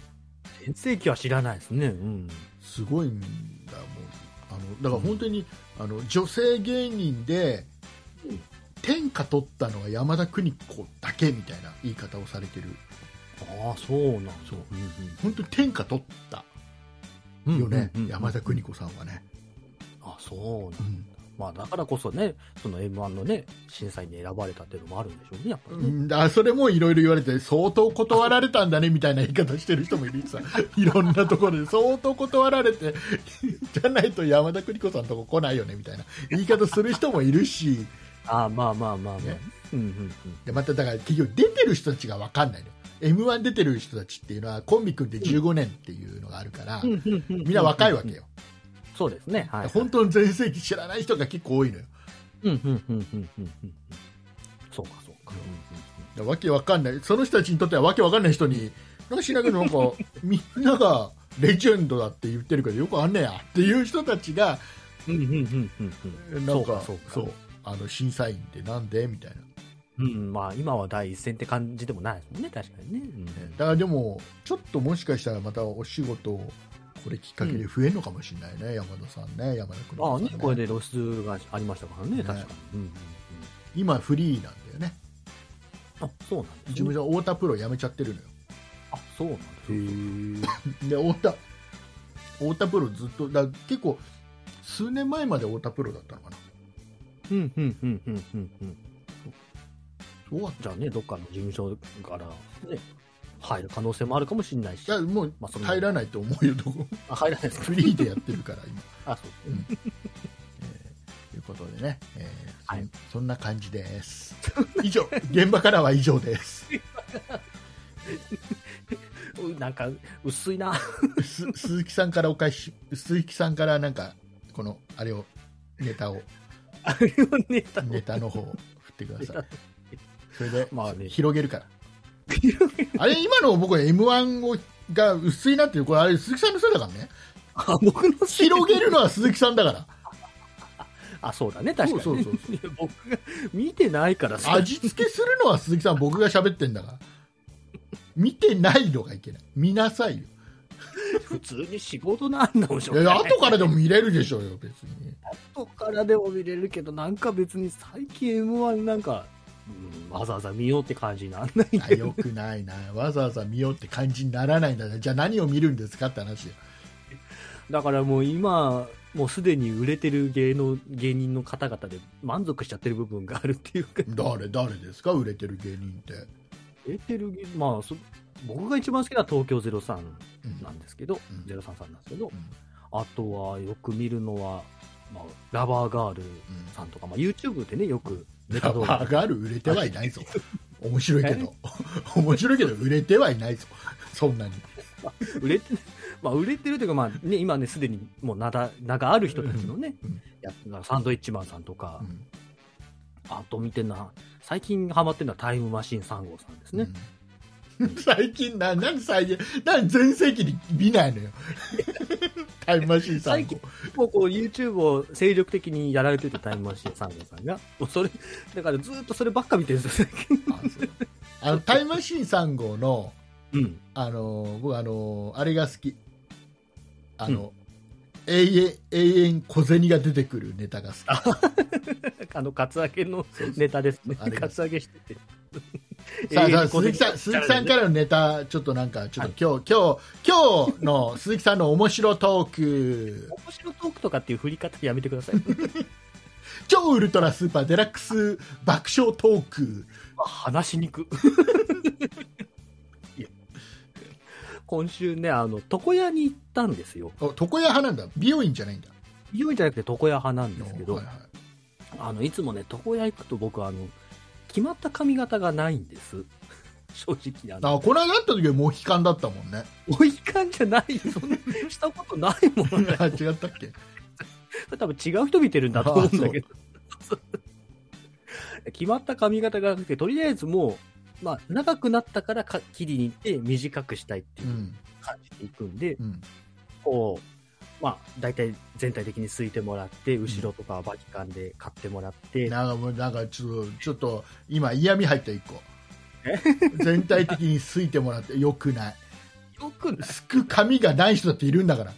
全盛期は知らないですね。うん。すごいんだもうあのだから本当に、あの女性芸人でうん天下取ったのは山田邦子だけみたいな言い方をされてるああ、そうなんだそううん本当に天下取ったうん。よね、うんうんうん山田邦子さんはね、あそううなんんまあ、だからこそね、その M1 のね、審査員に選ばれたっていうのもあるんでしょうね、やっぱりね。うんだそれもいろいろ言われて相当断られたんだねみたいな言い方してる人もいるしさ いろんなところで相当断られて じゃないと山田邦子さんのとこ来ないよねみたいな言い方する人もいるしああ、まあまあまあまあ。ねうんうんでまただから企業出てる人たちが分かんないのよ m 1出てる人たちっていうのはコンビ組んで15年っていうのがあるから、うんうんうんうん。みんな若いわけよ、そうですね、はい。本当の全盛期知らない人が結構多いのようんうんうんうんうんうんそうかそうだか、からわけわかんないその人たちにとってはわけわかんない人になんか知らんけどなんかみんながレジェンドだって言ってるけどよくあんねやっていう人たちがうんうんうんうんうんなんそうかかそうかそうあの審査員ってなんでみたいなうんうんまあ今は第一線って感じでもないですもんね確かにね、うんだからでもちょっともしかしたらまたお仕事をこれきっかけで増えるのかもしれないね、山田さんね山田君、ああね、これで露出がありましたからね、ね確かに。うんうんうん、今フリーなんだよねあ、そ事うなんです、務ね。所太田プロ辞めちゃってるのよあ、そうなんです、ね。で太田太田プロずっとだ結構数年前まで太田プロだったのかなうんうんうんうんうんうん。そうだっじゃあね、どっかの事務所から、ね、入る可能性もあるかもしれないし。たいやもうまあそんな入らないと思うよどこあ、入らないです かフリーでやってるから今あ、そう。ということでね、えーそんはいそんな感じです以上現場からは以上ですうなんか、薄いな。 す鈴木さんからお返し鈴木さんからなんかこのあれをネタをあれをネタネタの方を振ってくださいそれで、まあね広げるからあれ今の僕は m 1をが薄いなっていうこれあれ鈴木さんのせいだからね あ、僕のせい広げるのは鈴木さんだからあ、そうだね、確かに。そうそうそう いや僕が見てないからさ。味付けするのは鈴木さん僕が喋ってんだから見てないのがいけない見なさいよ普通に仕事なんだもん、しょいや後からでも見れるでしょうよ別に後からでも見れるけど、なんか別に最近 m 1なんか、うんわざわざ見ようって感じになんない あけどよくないなわざわざ見ようって感じにならないんだねじゃあ何を見るんですかって話よだからもう今、もうすでに売れてる芸能芸人の方々で満足しちゃってる部分があるっていうか、 誰誰ですか売れてる芸人って、売れてる芸まあそ、僕が一番好きな東京03うんなんですけど、うん033なんですけど、うんあとはよく見るのは、まあ、ラバーガールうんさんとか、まあ、YouTube でね、よ くネタラ動バ画ーガール売れてはいないぞ面白いけ ど面白いけど売れてはいないぞそんなに売れて、 まあ、売れてるというか、まあね、今ね、すでにもう名だ名がある人たちのね、うんやつがサンドイッチマンさんとかう、んあと見てんな、最近ハマってるのはタイムマシーン3号さんですね。うん最近な何最近何全盛期に見ないのよタイムマシーンさん最近もうこう YouTube を精力的にやられてたタイムマシーン3号さんが、もうそれ、だからずっとそればっか見てるんですよ、最近。あそうあのタイムマシーン3号のうん。あのー僕あのーあれが好きあの、永遠永遠小銭が出てくるネタが好きあの、カツアゲのネタですねそうあれ。がカツアゲしてて。 さあさあ永遠鈴に木さん鈴木さんからのネタちょっとなんかちょっと今日、今日今日の鈴木さんの面白トーク面白トークとかっていう振り方やめてください。超ウルトラスーパーデラックス爆笑トーク話しにく いや今週ねあの床屋に行ったんですよお床屋派なんだ美容院じゃないんだ美容院じゃなくて床屋派なんですけど、はいはいあのいつもね床屋行くと僕あの決まった髪型がないんです 正直あのあこの間会った時はモヒカンだったもんね おいかんじゃないそんなしたことないも んねあ違ったっけ多分違う人見てるんだと思うん だけど決まった髪型がなくてとりあえずもう、まあ、長くなったからか切りに行って短くしたいっていううん感じで行くんで、うんこう、まあ、大体全体的にすいてもらって、後ろとかはバキカンで買ってもらって、なんかもうなんかちょっとちょっと今嫌味入った一個全体的にすいてもらってよく ないよくないすく髪がない人だっているんだから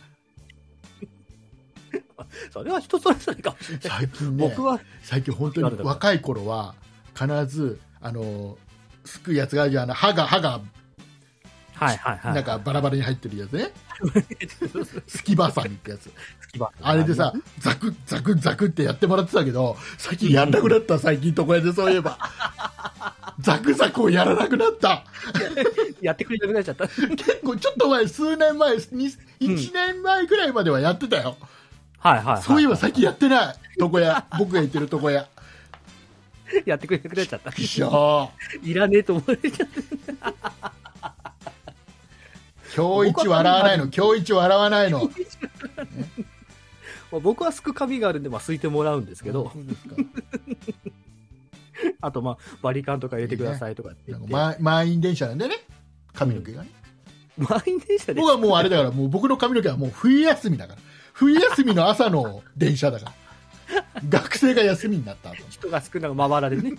それは人それぞれかもしれない。最近ね僕は、最近本当に若い頃は必ずあのすくうやつがあるじゃんあの歯が歯がはいはいはい。なんかバラバラに入ってるやつ ねすきばさみってやつあれでさ、ザクザクザクってやってもらってたけど最近やんなくなった最近床屋でそういえ ばザクザクをやらなくなったやってくれなくなっちゃった。結構ちょっと前数年前1うん年前ぐらいまではやってたよ、はいはい、はい。そういえば最近やってない床屋僕が行ってる床 屋やってくれなくなっちゃった。くしょーいらねえと思われちゃっ今日一笑わないの今日一笑わないのた。僕はすく髪があるんで、まあ、すいてもらうんですけど、そうですかあと、まあ、バリカンとか入れてくださいとかって言なっんかて。満満員電車なんでね髪の毛がね、満員電車で僕、はもうあれ だからもう僕の髪の毛はもう冬休みだから冬休みの朝の電車だから学生が休みになった後人が少なくまばらでね。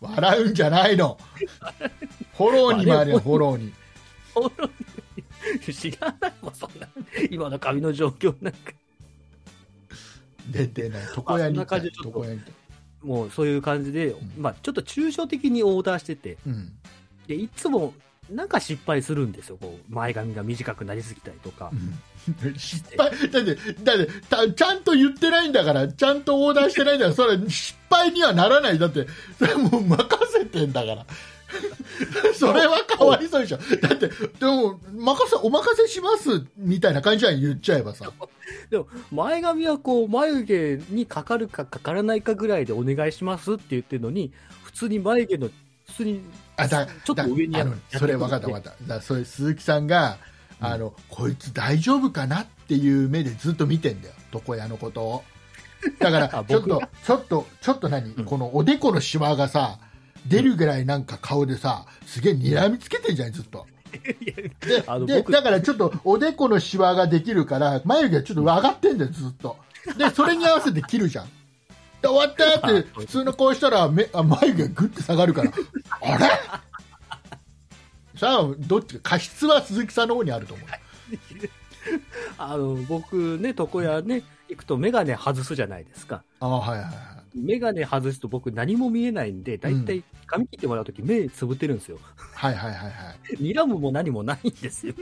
笑 うんじゃないのフォローに回れよフォローに知らないわ、そんな。今の髪の状況なんか。出てない床屋に行ったあそんな感じでちょっと床屋に行っもうそういう感じで、んまあちょっと抽象的にオーダーしてて、たうんで、いつもなんか失敗するんですよ。こう、前髪が短くなりすぎたりとか。うん失敗だってだってたちゃんと言ってないんだからちゃんとオーダーしてないんだからそれ失敗にはならないだってそれもう任せてんだから それはかわいそうでしょだってでも任せお任せしますみたいな感じは言っちゃえばさでも、前髪はこう、眉毛にかかるかかからないかぐらいでお願いしますって言ってるのに、普通に眉毛の、普通に、あだちょっと上にだやあるのそれ分かった分かっただからそれ鈴木さんが、うんあのこいつ大丈夫かなっていう目でずっと見てんだよ床屋のことをだか あらちょっ僕とちょっとちょっと何、うんこのおでこのシワがさ出るぐらいなんか顔でさすげえ睨みつけてんじゃんずっといやであので僕だからちょっとおでこのシワができるから眉毛がちょっと上がってんだよずっとでそれに合わせて切るじゃんで終わ ったーって普通の顔したら目あ眉毛がグッて下がるからあれさあどっちか過失は鈴木さんの方にあると思う あの、僕ね、床屋ね、行くと眼鏡外すじゃないですか。ああはいはいはい眼鏡外すと僕何も見えないんで、だいたい髪切ってもらうとき目つぶってるんですよ。はいはいはいはい睨むも何もないんで すよ。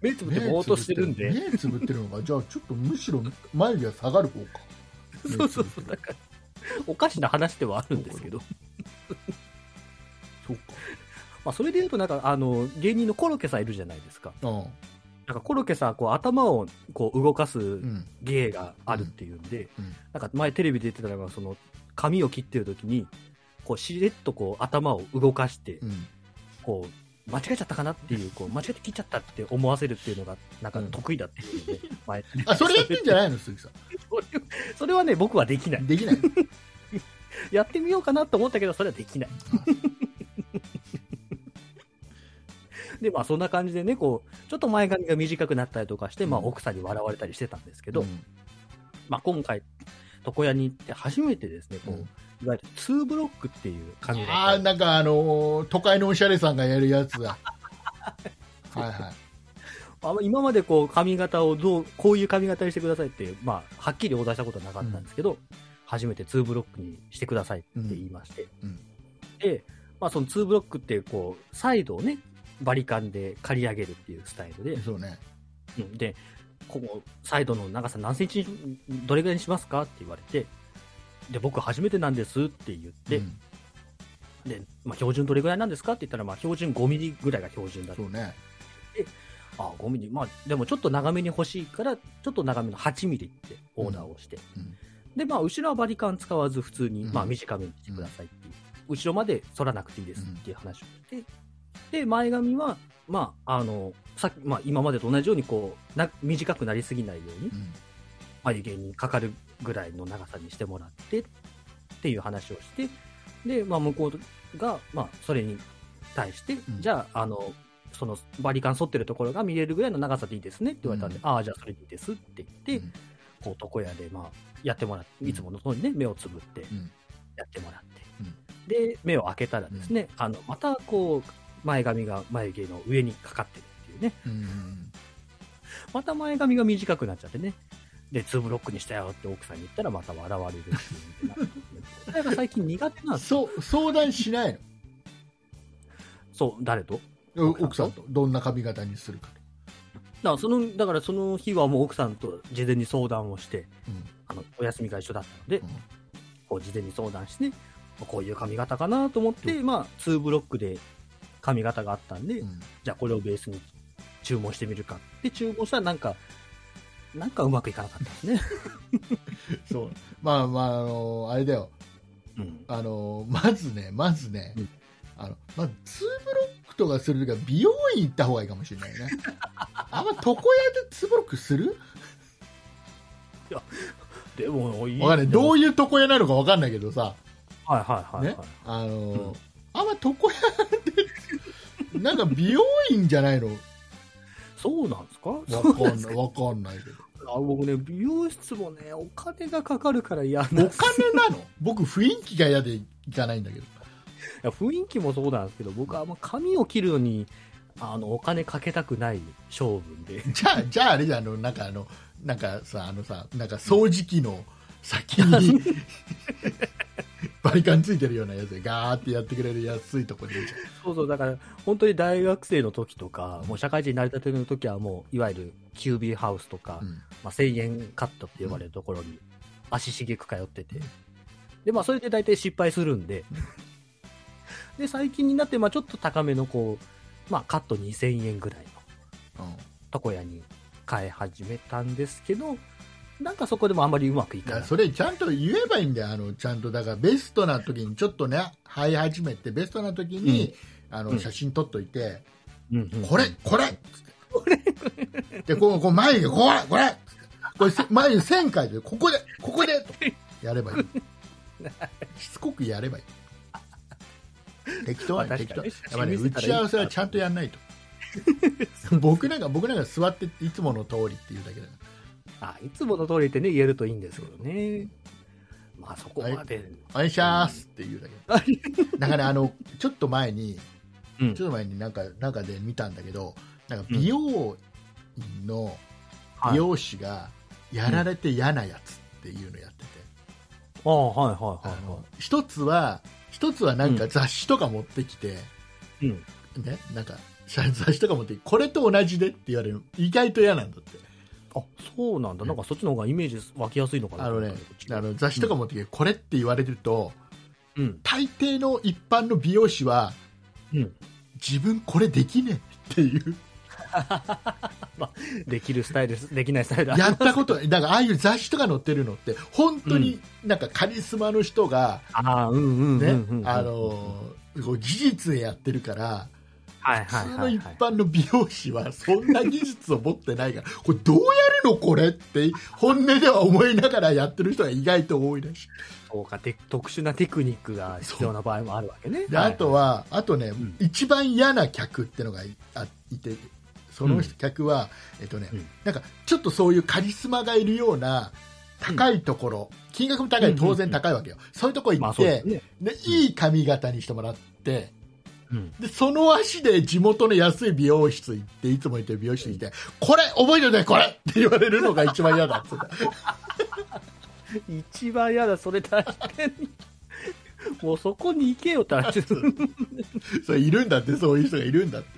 目つぶってぼーっとしてるんで。目つぶってるのかじゃあちょっとむしろ眉毛が下がる方かそうそうそう。だから、おかしな話ではあるんですけど。そうかまあ、それで言うと、なんか、あの、芸人のコロッケさんいるじゃないですか。うんなんか、コロッケさん、こう、頭を、こう、動かすうん芸があるっていうんで、うんうんなんか、前テレビで言ってたのが、その、髪を切ってる時に、こう、しれっとこう、頭を動かしてう、んこう、間違えちゃったかなっていう、こう、間違えて切っちゃったって思わせるっていうのが、なんかうん得意だっていうので、前、 あそれやってんじゃないの鈴木さそれそれはね、僕はできないん。できないやってみようかなと思ったけど、それはで きない。で、まあそんな感じでね、こう、ちょっと前髪が短くなったりとかして、まあうん奥さんに笑われたりしてたんですけど、うんまあ今回、床屋に行って初めてですね、こう、うんいわゆるツーブロックっていう髪型ああーなんかあのー都会のおしゃれさんがやるやつ だはいはいあんま今までこう髪型をどう、こういう髪型にしてくださいって、まあはっきりオーダーしたことはなかったんですけど、初めてツーブロックにしてくださいって言いまして、うんうんで、まあそのツーブロックってこう、サイドをね、バリカンで刈り上げるっていうスタイルで、そうねうんで、ここ、サイドの長さ何センチに、どれぐらいにしますかって言われて、で、僕初めてなんですって言って、うんで、まあ、標準どれぐらいなんですかって言ったら、まあ、標準5ミリぐらいが標準だとそ。うねあ、5ミリ。まあ、でもちょっと長めに欲しいから、ちょっと長めの8ミリってオーダーをして。うんうんで、まあ、後ろはバリカン使わず、普通に、うんまあ、短めにしてくださいっていう。後ろまで反らなくていいですっていう話をして。で、前髪は、まあ、あの、さっき、まあ、今までと同じように、こう、な短くなりすぎないように、うん眉毛にかかるぐらいの長さにしてもらってっていう話をしてで、まあ、向こうが、まあ、それに対して、んじゃああのそのバリカン反ってるところが見れるぐらいの長さでいいですねって言われたんで、うああじゃあそれでいいですって言って、うんこう床屋で、まあ、やってもらってうんいつもの通りね目をつぶってんやってもらって、うんで目を開けたらですね、あのまたこう前髪が眉毛の上にかかってるっていうねうんまた前髪が短くなっちゃってね。で、ツーブロックにしたよって奥さんに言ったらまた笑われるっていうみたいな。それが最近苦手なんですよ。そう相談しないそう、誰との奥奥ささんんととどんな髪型にするかと、だからその、だからその日はもう奥さんと事前に相談をして、うんあの、お休みが一緒だったのでう、んこう事前に相談して、こういう髪型かなと思って、まあ、ツーブロックで髪型があったんで、うんじゃあこれをベースに注文してみるかって注文したらなんか、なんかうまくいかなかったですね。そうまあまああのーあれだようん。あのーまずねまずね、うんあのまずツーブロックとかするときは美容院行った方がいいかもしれないねあんま床屋でツーブロックするでも、いいわかんないどはういいう床屋なのかわかんないけどさはいはい、はいね、あのーうんあんま床屋でなんか美容院じゃないのそうなんですかわかんないわかんないけどあ僕ね、美容室もね、お金がかかるから嫌なんおです。い金なの僕雰囲気が嫌で行かないんだけどや雰囲気もそうなんですけど、僕はあんま髪を切るのに、あのお金かけたくない性分でじゃあ、じゃああれじゃんあの、なんかあの、なんかさ、あのさ、なんか掃除機の先 にバリカンついてるようなやつでガーってやってくれる安いとこでいいじそうそうだから本当に大学生の時とかもう社会人になりたての時はもういわゆるキュービーハウスとか、ゃん。うんまあ、1000円カットって呼ばれるところに足しげく通ってて、で、まあ、それで大体失敗するんで、で、最近になって、まあ、ちょっと高めの、こう、まあ、カット2000円ぐらいのうん床屋に変え始めたんですけど、なんかそこでもあんまりうまくいだかかならい。それちゃんと言えばいいんだよあのちゃんとだからベストな時にちょっとね生え始めてベストな時に、あうのん写真撮っといて、うんうんこれこれっつってでこうこう眉毛これこれこれせ眉毛1000回でここでここでとやればい いしつこくやればいい適当まにあ適当に確やっぱかにね打ち合わせはちゃんとやんないと僕なんか僕なんか座っていつもの通りっていうだけだからあ、いつもの通りってね、言えるといいんですけどね。まあ、そこまで。お願いしますっていうだけだからあのちょっと前にうんちょっと前になんかなんかで見たんだけどなんか美容院のはい美容師がやられて嫌なやつっていうのやってて、ああ、はいはいあはいはの一つは一つはなんうか雑誌とか持ってきて、い。うん。ねなんか雑誌とか持ってきてこれと同じでって言われる意外と嫌なんだってあ、そうなんだ。なんかそっちの方がイメージ湧きやすいのかな。あのねあの雑誌とか持ってきてこれって言われるとうん。大抵の一般の美容師はうん。自分これできねえっていうできるスタイルです、できないスタイルだ。 やったことない、なんかああいう雑誌とか載ってるのって、本当になんかカリスマの人が、ああ、うんうんうんねうん、うん。あ、のーこう技術でやってるから、はい普はい通はのい一はい。般の美容師はそんな技術を持ってないから、これどうやるのこれって、本音では思いながらやってる人が意外と多いらしい。そうか、て特殊なテクニックが必要な場合もあるわけね。で、あとは、あとね、ん一番嫌な客ってのがいあいて、その人客は、えっとね、うんなんかちょっとそういうカリスマがいるような高いところ、金額も高うんい、うん当然高いわけよ。そういうとこはい、行まあっそうて、ですね。で、いい髪型にしてもらって、うん。で、その足で地元の安い美容室行って、いつも行ってる美容室に行って、これ覚えておいて、これ って言われるのが一番嫌だっつってた。一番嫌だ、それ確かに。もうそこに行けよって話です。それいるんだって、そういう人がいるんだって。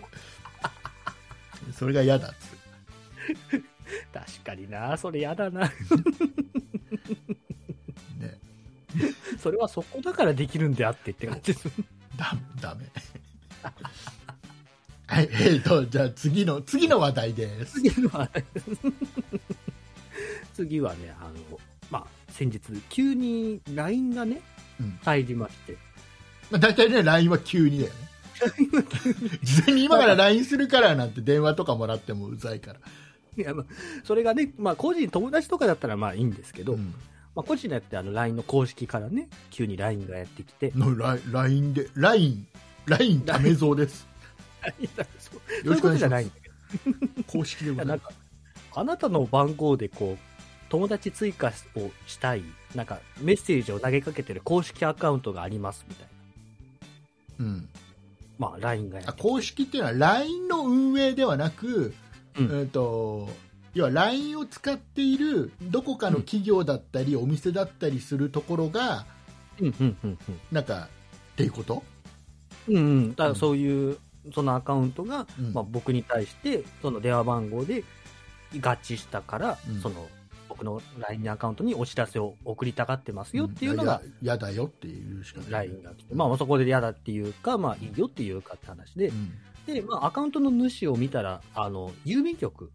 それが嫌だっつって。確かにな、それ嫌だな。 ね、それはそこだからできるんであってって感じです。だ、ダメ。 はい、えっと、じゃあ次の、次の話題です。次は、次はね、あの、まあ、先日、急に LINE がね、うん入りまして、まあ、大体ね、LINE は急にだよね。事前に今から LINE するからなんて電話とかもらってもうざいから。いやまあそれがね、まあ、個人、友達とかだったらまあいいんですけど、うんまあ、個人だってあの LINE の公式からね、急に LINE がやってきて、のラインラインでラインラインダメ蔵です。そうよろしくおそういうこと願いじしゃまないすん。だけど公式でございなまんか、あなたの番号でこう、友達追加をしたい、なんかメッセージを投げかけてる公式アカウントがありますみたいな、す。うん。まあ LINE がやあってきて公式っていうのはラインの運営ではなく、ううんん、と要はラインを使っているどこかの企業だったりお店だったりするところがうんうんうんなんかっていうこと？うん。うんうん。だからそういう、そのアカウントが、うんまあ、僕に対して、その電話番号で合致したから、うんその、僕の LINE アカウントにお知らせを送りたがってますよっていうのが、んややだよっていうしかない。 LINE が来て、まあ、そこで嫌だっていうか、まあ、いいよっていうかって話でう、んで、まあ、アカウントの主を見たら、あの、郵便局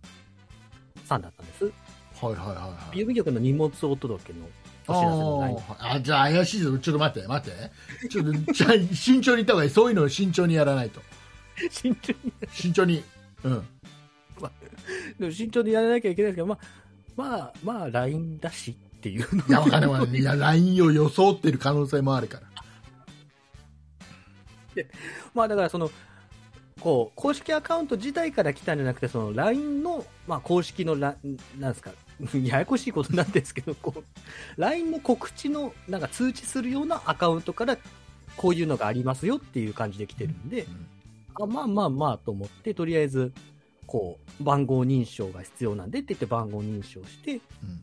さんだったんです。はいはいはいはい郵。便局の荷物お届けのお知らせの LINE。あーあじゃあ怪しいぞちょっと待って待ってちょっとじゃあ慎重にいった方がいいそういうのを慎重にやらないと慎重に、慎重にうんでも慎重にやらなきゃいけないですけど、まあ、まあ、まあ、LINE だしっていうのいや、わかんないわ かんない。いや、LINE を装ってる可能性もあるから。まあだからそのこう公式アカウント自体から来たんじゃなくてその LINE の、まあ、公式のラなんですか ややこしいことなんですけどこう LINE の告知のなんか通知するようなアカウントからこういうのがありますよっていう感じで来てるんで、あまあまあまあと思って、とりあえず、こう、番号認証が必要なんでって言って番号認証して、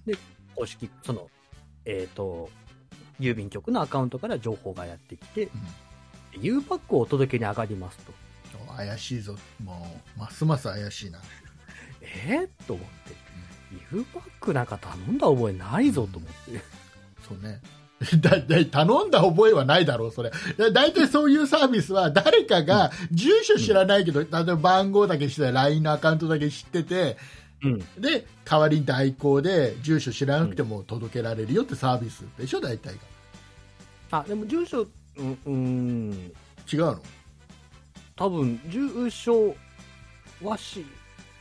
うん公式、その、えっ、と、郵便局のアカウントから情報がやってきて、U パックをお届けに上がりますと。うん、怪しいぞもうますます怪しいなえー、と思って、U パックなんか頼んだ覚えないぞと思って。そうね だだ頼んだ覚えはないだろう、それ。だ大体そういうサービスは、誰かが住所知らないけど、例えば番号だけ知ってたり LINE のアカウントだけ知ってて、うん、で、代わりに代行で、住所知らなくても届けられるよってサービスでしょ、大体が。あでも住所、うん、うん違うの多分住所はし、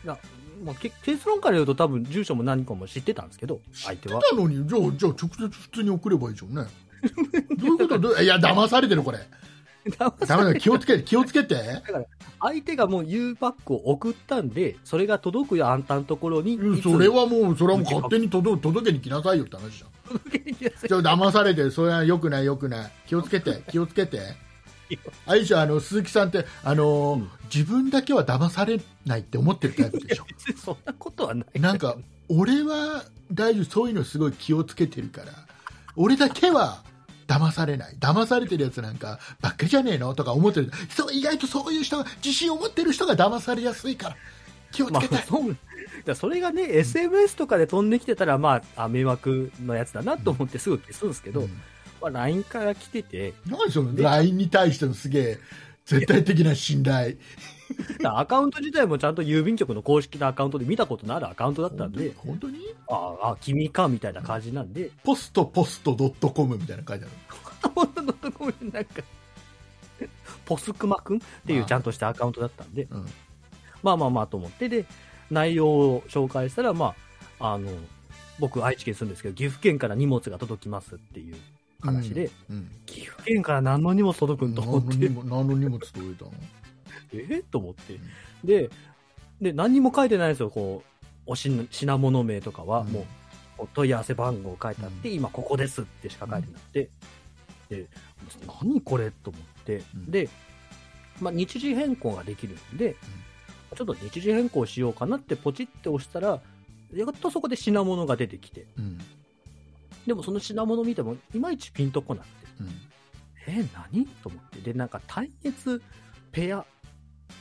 なまあ、け結論から言うと、多分住所も何かも知ってたんですけど、相手は。なのに、じゃあ、じゃあ直接普通に送ればいいじゃんね。どういうことどういや、騙されてる、 これ。ダメだ、気をつけて、気をつけて。相手がもう U パックを送ったんで、それが届くよ、あんたのところに。うんいつそれはもう、それはもう勝手に届届けに来なさいよって話じゃん。届けに来なさいちょ騙されてる、それはよくない、よくない、気をつけ て、気をつけて、あれでしょあの鈴木さんって、あのーうん自分だけは騙されないって思ってるタイプ でしょ、別に そんなことはない。なんか、俺は大丈夫、そういうのすごい気をつけてるから、俺だけは騙されない、騙されてるやつなんか、ばっかじゃねえのとか思ってる、そう意外とそういう人が、自信を持ってる人が騙されやすいから、気をつまけてあ、。そう だそれがね、SMS とかで飛んできてたら、まあ、あ迷惑のやつだなと思ってすぐ消すんですけど、うんまあ、LINE から来てて、何そので LINE に対してのすげえ絶対的な信頼アカウント自体もちゃんと郵便局の公式のアカウントで見たことのあるアカウントだったんで、本当にああ、君かみたいな感じなんで、ポストポストドットコムみたいなの書いてある女のところになんか、ポスクマくんっていうちゃんとしたアカウントだったんで、うんまあまあまあと思って、で、内容を紹介したら、まあ、あの、僕、愛知県に住んでるんですけど、岐阜県から荷物が届きますっていう話で、、うん岐阜県から何の荷物届くんだ何との思っ荷て、物何の荷物届いたのえーと思ってん。で、で、何にも書いてないんですよ、こう、おしん品物名とかは、もう、お問い合わせ番号書いてあって、今ここですってしか書いてなくて、で、何これと思って、うんで、まあ、日時変更ができるんで、ちょっと日時変更しようかなってポチって押したら、やっとそこで品物が出てきて、うんでもその品物見ても、いまいちピンとこなくて、えー何と思って、で、なんか、耐熱ペア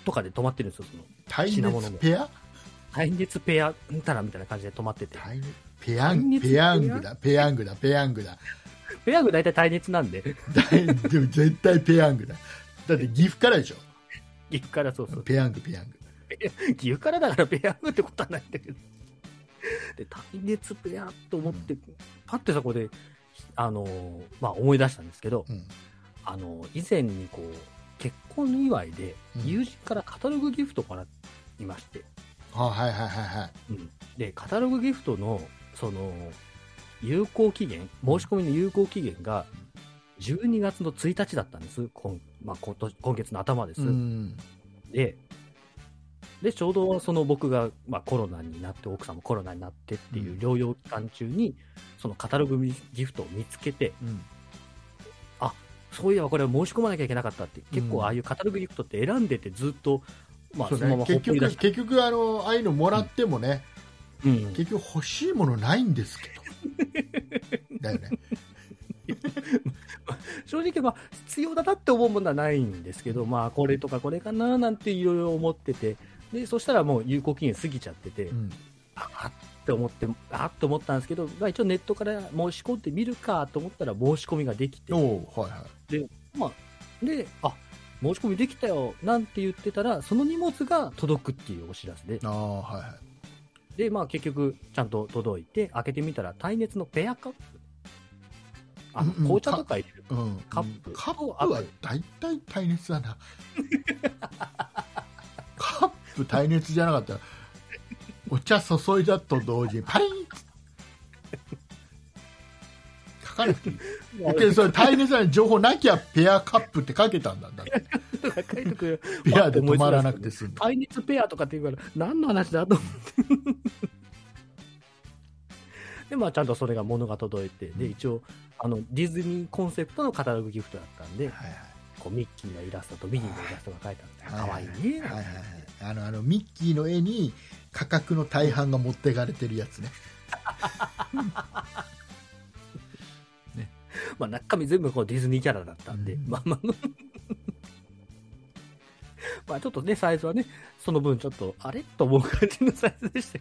とかで止まってるんですよ、その、耐品物熱もペア耐熱ペア、んたらみたいな感じで止まってて、耐熱ペヤン耐熱ペペアヤングだペヤングだペヤングだペヤング大体耐熱なんで、 大でも絶対ペヤングだだって岐阜からでしょ岐阜からそうそう、ペヤングペヤング岐阜からだからペヤングってことはないんだけど。で、耐熱ペヤと思って、パッてそこで、あのーまあ思い出したんですけど、うんあのー以前にこう、結婚祝いでうん友人からカタログギフトからいまして、あはいはいはいはいうんで、カタログギフトの、その、有効期限、申し込みの有効期限が、12月の1日だったんです。今、まあ、今年今月の頭です。うんで、で、ちょうどその僕が、まあ、コロナになって、奥さんもコロナになってっていううん療養期間中に、そのカタログギフトを見つけて、うんそういえばこれは申し込まなきゃいけなかったって、結うん構ああいうカタログギフトって選んでてずっと、まあ、そそうのまねまほっ結ぽり出局して、結局あのああいうのもらってもねうん、結局欲しいものないんですけ どだよね正直、まあ、必要だなって思うものはないんですけど、まあ、これとかこれかななんていろいろ思ってて、で、そしたらもう有効期限過ぎちゃってて、うんあって思って、あって思ったんですけど、まあ、一応ネットから申し込んでみるかと思ったら申し込みができて、おうはいはいで、あ申し込みできたよなんて言ってたら、その荷物が届くっていうお知らせで、ああはいはいで、まあ結局、ちゃんと届いて、開けてみたら、耐熱のペアカップ。あのうんうん紅茶とか入れる。うん、カップカップは大体耐熱 だなカップ耐熱じゃなかったらお茶注いだと同時にパリン書かな くていいでそれ耐熱な情報なきゃペアカップって書けたんだだってとか書いてくれるペアで止まらなくて済んだ 耐熱ペアとかって言うから、何の話だと思って。で、まあ、ちゃんとそれが物が届いて、で、一応、あの、ディズニーコンセプトのカタログギフトだったんで、はいはいこうミッキーのイラストとミニーのイラストが描いてあって、かわいいね。はいはいはいあのあのミッキーの絵に価格の大半が持ってかれてるやつねまあ、中身全部こうディズニーキャラだったんで、うんまあ まあ、まあちょっとね、サイズはね、その分ちょっと、あれと思う感じのサイズでしたけ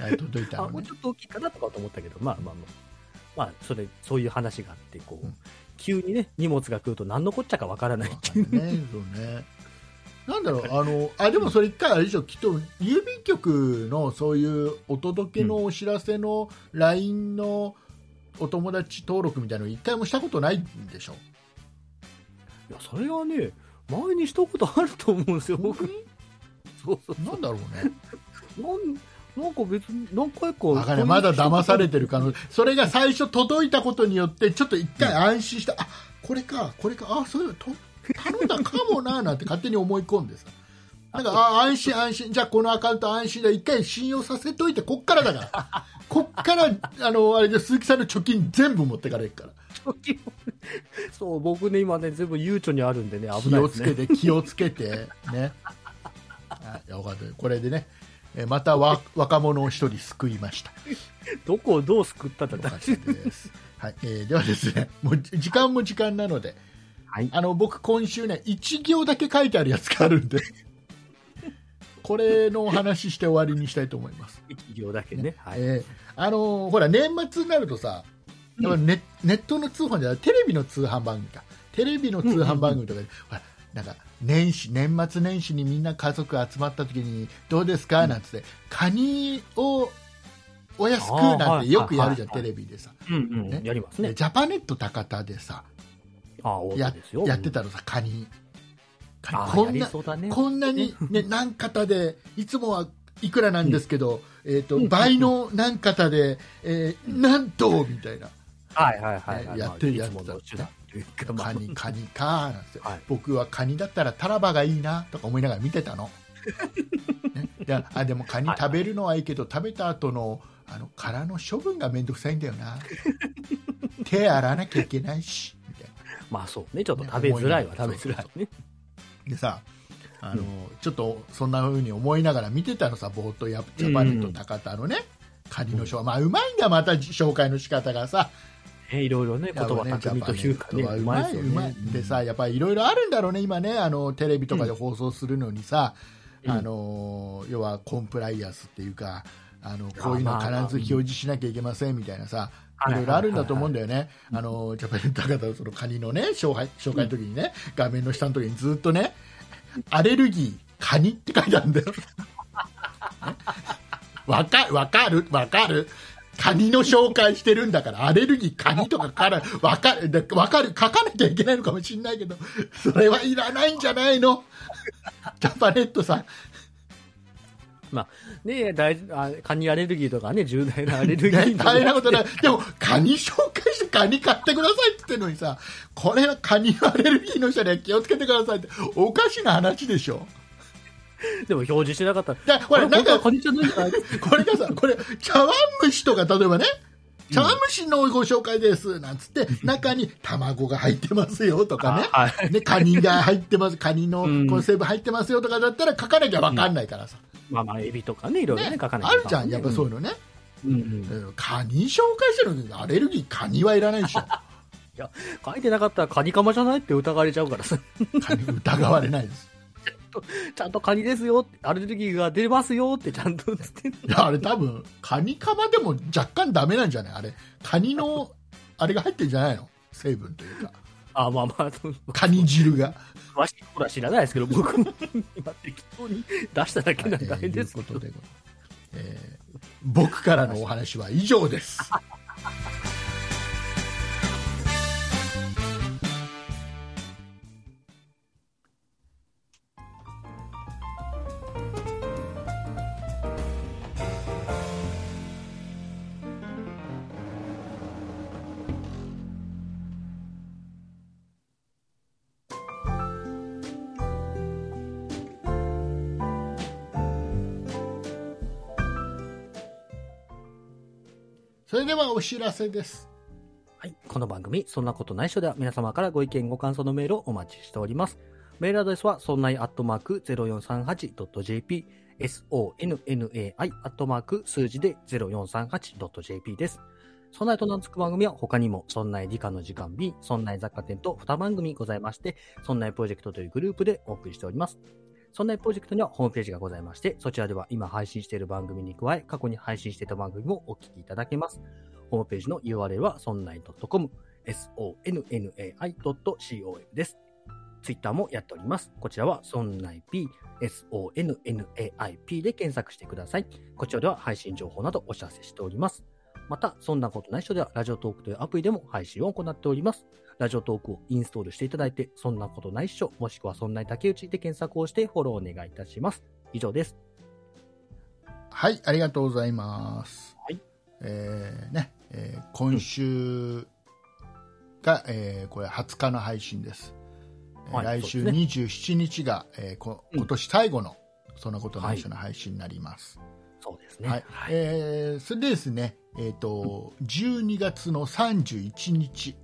ど、あ届いたあ、のもうねちょっと大きいかなとかと思ったけど、まあまあまあ、まあ、それ、そういう話があって、こう、うん急にね、荷物が来ると何のこっちゃかわからないっていう。わかんないねそうねなんだろうあのあでもそれ一回あれでしょきっと郵便局のそういうお届けのお知らせの LINE のお友達登録みたいなの一回もしたことないんでしょいや、それはね、前にしたことあると思うんですよ、僕。そうそう。なんだろうねなんなんか別に、何回か。わかんないまだ騙されてる可能性それが最初届いたことによってちょっと一回安心した、あこれかこれかあそういうのと頼んだかもななんて勝手に思い込んでさなんかあ安心安心じゃあこのアカウント安心だ一回信用させといてこっからだ からこっからあのあれで鈴木さんの貯金全部持ってかれるから そう、僕ね、今ね、全部悠長にあるんでね、危気ないをですつね。けて気をつけてねあよかったこれでねえまたわ若者を一人救いましたどこをどう救ったんだよかったです。はい、えーではですね、もうじ時間も時間なので、はいあの僕今週ね一行だけ書いてあるやつがあるんで、 これのお話しして終わりにしたいと思います。企業だけね。はい。えーあのーほら年末になるとさ、やっぱネネットの通販じゃないテレビの通販番組か、テレビの通販番組とかで、ほらなんか年始年末年始にみんな家族集まった時にどうですか、なんつってカニをお安くなんてよくやるじゃん、あーはテいはいはいレビでさ。うんうん、ねやりますでね。ジャパネット高田でさああ、大や手ですよ。やってたのさカニうん。あカニあ、こやんりなそうだね。こんなに、 ね、何型でいつもはいくらなんですけど、えー、とうん倍の何型で、えーなんとみたいなはいはいはいはい。やってるまやつあいつだもの手段というか、まカあ、ニカニかなんて、はい僕はカニだったらタラバがいいなとか思いながら見てた の、ね、であでもカニ食べるのはいいけど食べた後のあの殻の処分が面倒くさいんだよ な手洗わなきゃいけないしみたいな。まあそうね、ちょっと食べづらいはね食べづらいね。でさあの、ちょっとそんな風に思いながら見てたのさボートやジャパネット高田のね、カニのショーまあうまいんだまた紹介の仕方がさねいろいろね、言葉巧みというかジャパネッね、トはうまいうまいでさやっぱりいろいろあるんだろうね今ねあのテレビとかで放送するのにさ、うんあの要はコンプライアンスっていうかあのこういうまのあ必まあず表示しなきゃいけませんみたいなさ、はいいはろいいろあるんだと思うんだよね、あのジャパネット高田のそのカニのね紹介紹介の時にね、画面の下の時にずっとね、アレルギー、カニって書いてあるんだよ。ねわかわかる、わかる。カニの紹介してるんだから、アレルギー、カニとかから、わかる、でわかる、書かなきゃいけないのかもしれないけど、それはいらないんじゃないのジャパネットさん。ね大事あカニアレルギーとかね、重大なアレルギね ー。大変なことないい。でも、カニ紹介してカニ買ってくださいって言ってるのにさ、これはカニのアレルギーの人には気をつけてくださいって、おかしな話でしょ。でも表示してなかったら、だからこれ、あなん本当はか、カニじゃないんじゃない これがさ、これ、茶碗蒸しとか、例えばね、茶碗蒸しのご紹介です、なんつって、中に卵が入ってますよとかね、はい。ね、カニが入ってます、カニのうんこの成分入ってますよとかだったら書かなきゃわかんないからさ。まあまあ、エビとかね、いろいろね、ね、書かないあるじゃん、やっぱそういうのね。うん。うんうんカニ紹介してるのにアレルギー、カニはいらないでしょ。 いや、書いてなかったらカニカマじゃないって疑われちゃうからさ、 カニ疑われないです。ちゃんとカニですよって、アレルギーが出ますよってちゃんとつって、いや、あれ多分、カニカマでも若干ダメなんじゃないあれ、カニの、あれが入ってるんじゃないの成分というか。あ、まあまあ、そのカニ汁が。詳しいところは知らないですけど、僕も 今適当に出しただけなんであれですけとど、いうことで、えー僕からのお話は以上です。それではお知らせです。はい。この番組、そんなことないっしょでは皆様からご意見、ご感想のメールをお待ちしております。メールアドレスは、そんないアットマーク 0438.jp、sonnai アットマーク数字で 0438.jp です。そんないと名付く番組は他にも、そんない理科の時間 B、そんない雑貨店と2番組ございまして、そんないプロジェクトというグループでお送りしております。そんないプロジェクトにはホームページがございまして、そちらでは今配信している番組に加え、過去に配信していた番組もお聞きいただけます。ホームページの URL は sonnai.com、sonnai.com です。ツイッターもやっております。こちらは sonnaip、sonnaip で検索してください。こちらでは配信情報などお知らせしております。また、そんなことない人ではラジオトークというアプリでも配信を行っております。ラジオトークをインストールしていただいて、そんなことないっしょ、もしくはそんない竹内で検索をしてフォローお願いいたします。以上です。はい、ありがとうございます。はいえーね、えー今週が、えーこれ20日の配信です。えーはい来週そう27日が、えーこうん今年最後の、そんなことないっしょの配信になります。そうですね。はい、えーそれでですね、えっ、と、12月の31日、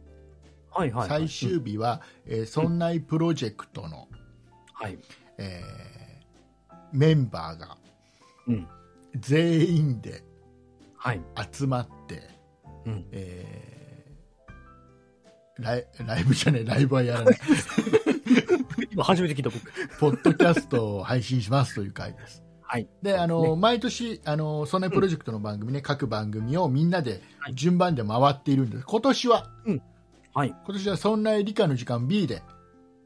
はいはいはい最終日は、えー、そんないプロジェクトの、はい。えーメンバーがうん。全員で はい。集まって、うん。えーライライブじゃないライブはやらな い今初めて聞いた僕。ポッドキャストを配信しますという回です。はい。であのね毎年あの、そんなプロジェクトの番組ね、各番組をみんなではい順番で回っているんです、今年は、はい。今年はそんな理科の時間 B で、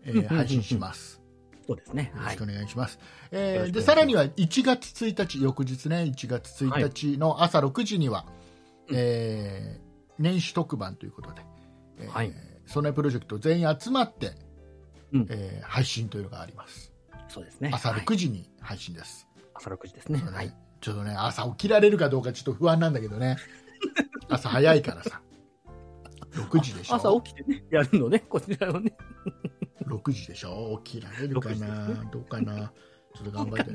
えーうんうんうんうん配信します。そうですね。よろはしいくお。願いします。えーよろしくお願いしでますさらには1月1日翌日ね1月1日の朝6時には、えー年始特番ということで、えーはいそのプロジェクト全員集まって、うんえー配信というのがあります。そうですね。朝はい6時に配信です。朝6時ですね。そうねはい。ちょっとね朝起きられるかどうかちょっと不安なんだけど ね。朝早いからさ。6時でしょ。朝起きてね、 やるのね、こちらをね。 6時でしょ起きられるか6などうかなちょっと頑張って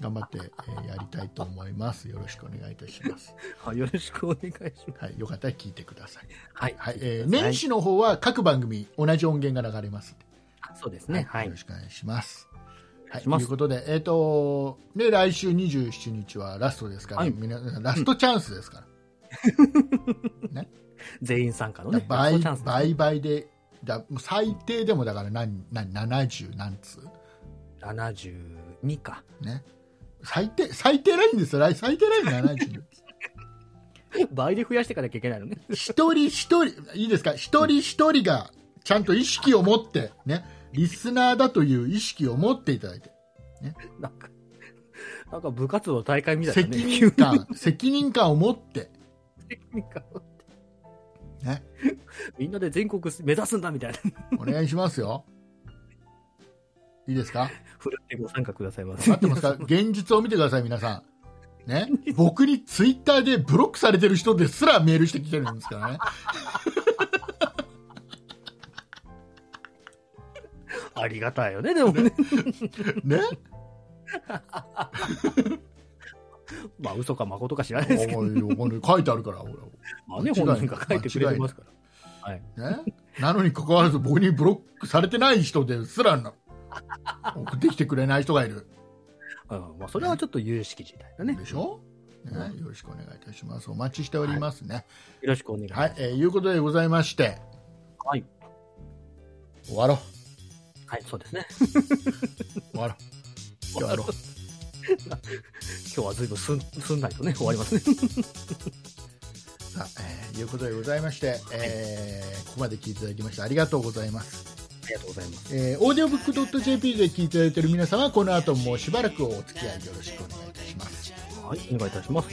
頑張って、えーやりたいと思いますよろしくお願いいたし ますはい。よろしくお願いします。はいよかったら聞いてください、はい。はいえー年始の方は各番組同じ音源が流れますんであそうですね。はいよろ。しくお願いしますはい、しとますいうことで、えっ、と、ね、来週27日はラストですから、はい皆さんラストチャンスですか全員参加のら、ね。ラス倍トチャンスです倍倍で、だもう最低でもだから何、何、70何通72か。 ね、最低最低ラインですよ、来最低ライン70、倍で増やしていかなきゃいけないのね。 一人一人、いいですか、一人一人がちゃんと意識を持って、ね、リスナーだという意識を持っていただいて、なんか、なんか部活動の大会みたいな責ね。 任感、責任感を持って、責任感をね、みんなで全国目指すんだみたいな。お願いしますよ。いいですか ふるってご参加くださいませ。 待ってますか現実を見てください、皆さん。ね、僕にツイッターでブロックされてる人ですらメールしてきてるんですからね。ありがたいよね、でもね。ねまあ、嘘か誠か知らない ですけど。おいおい書いてあるから、ほら。まあ間違ね、い本ない人が書いてくれてますから。ね、なのに関わらず僕にブロックされてない人ですらな送ってきてくれない人がいるうん、まあ、それはちょっと有識事態だね。でしょ、ねよろしくお願いいたしますお待ちしておりますねよろしくお願いします。はい、えーいうことでございましてはい。終わろうはい、そうですね。終わろう終わろう今日は随分すん、すんないとね、終わりますね。さあ、えーいうことでございまして、えーここまで聞いていただきましてありがとうございます ありがとうございます。えー、オーディオブックドット JP で聞いていただいている皆様この後もしばらくお付き合いよろしくお願いいたしますはい、お願いいたします。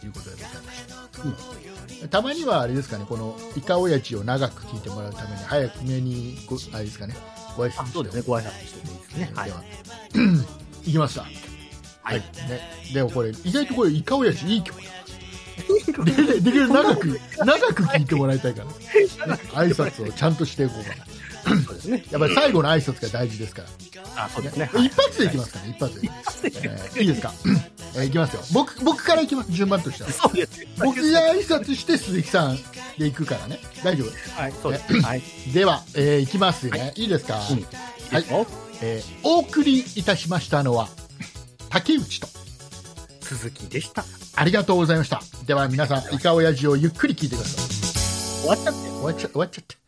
ということでございました、たまにはあれですかねこのイカオヤジを長く聞いてもらうために早くめにごあれですかねご挨拶あ、そうですね、ご挨拶してもいいですね。はいで。はいきましたはいね、でもこれ意外とこれイカオヤジいい曲だででできる長く長く聞いてもらいたいから、ね、挨拶をちゃんとしていこうかなそうですね。やっぱり最後の挨拶が大事ですからあ、そうですね。一発でいきますから、ね、一発で、えーいいですか、 えーいきますよ僕僕からいきます順番としてはそうですね。僕が挨拶して鈴木さんで行くからね大丈夫ですはい、そうです。はい。では、えー行きますね、い、いですか、うんはいいいよえーお送りいたしましたのは竹内と続きでした。ありがとうございましたでは皆さんイカオヤジをゆっくり聞いてください終わっちゃって。終わっちゃ終わっちゃった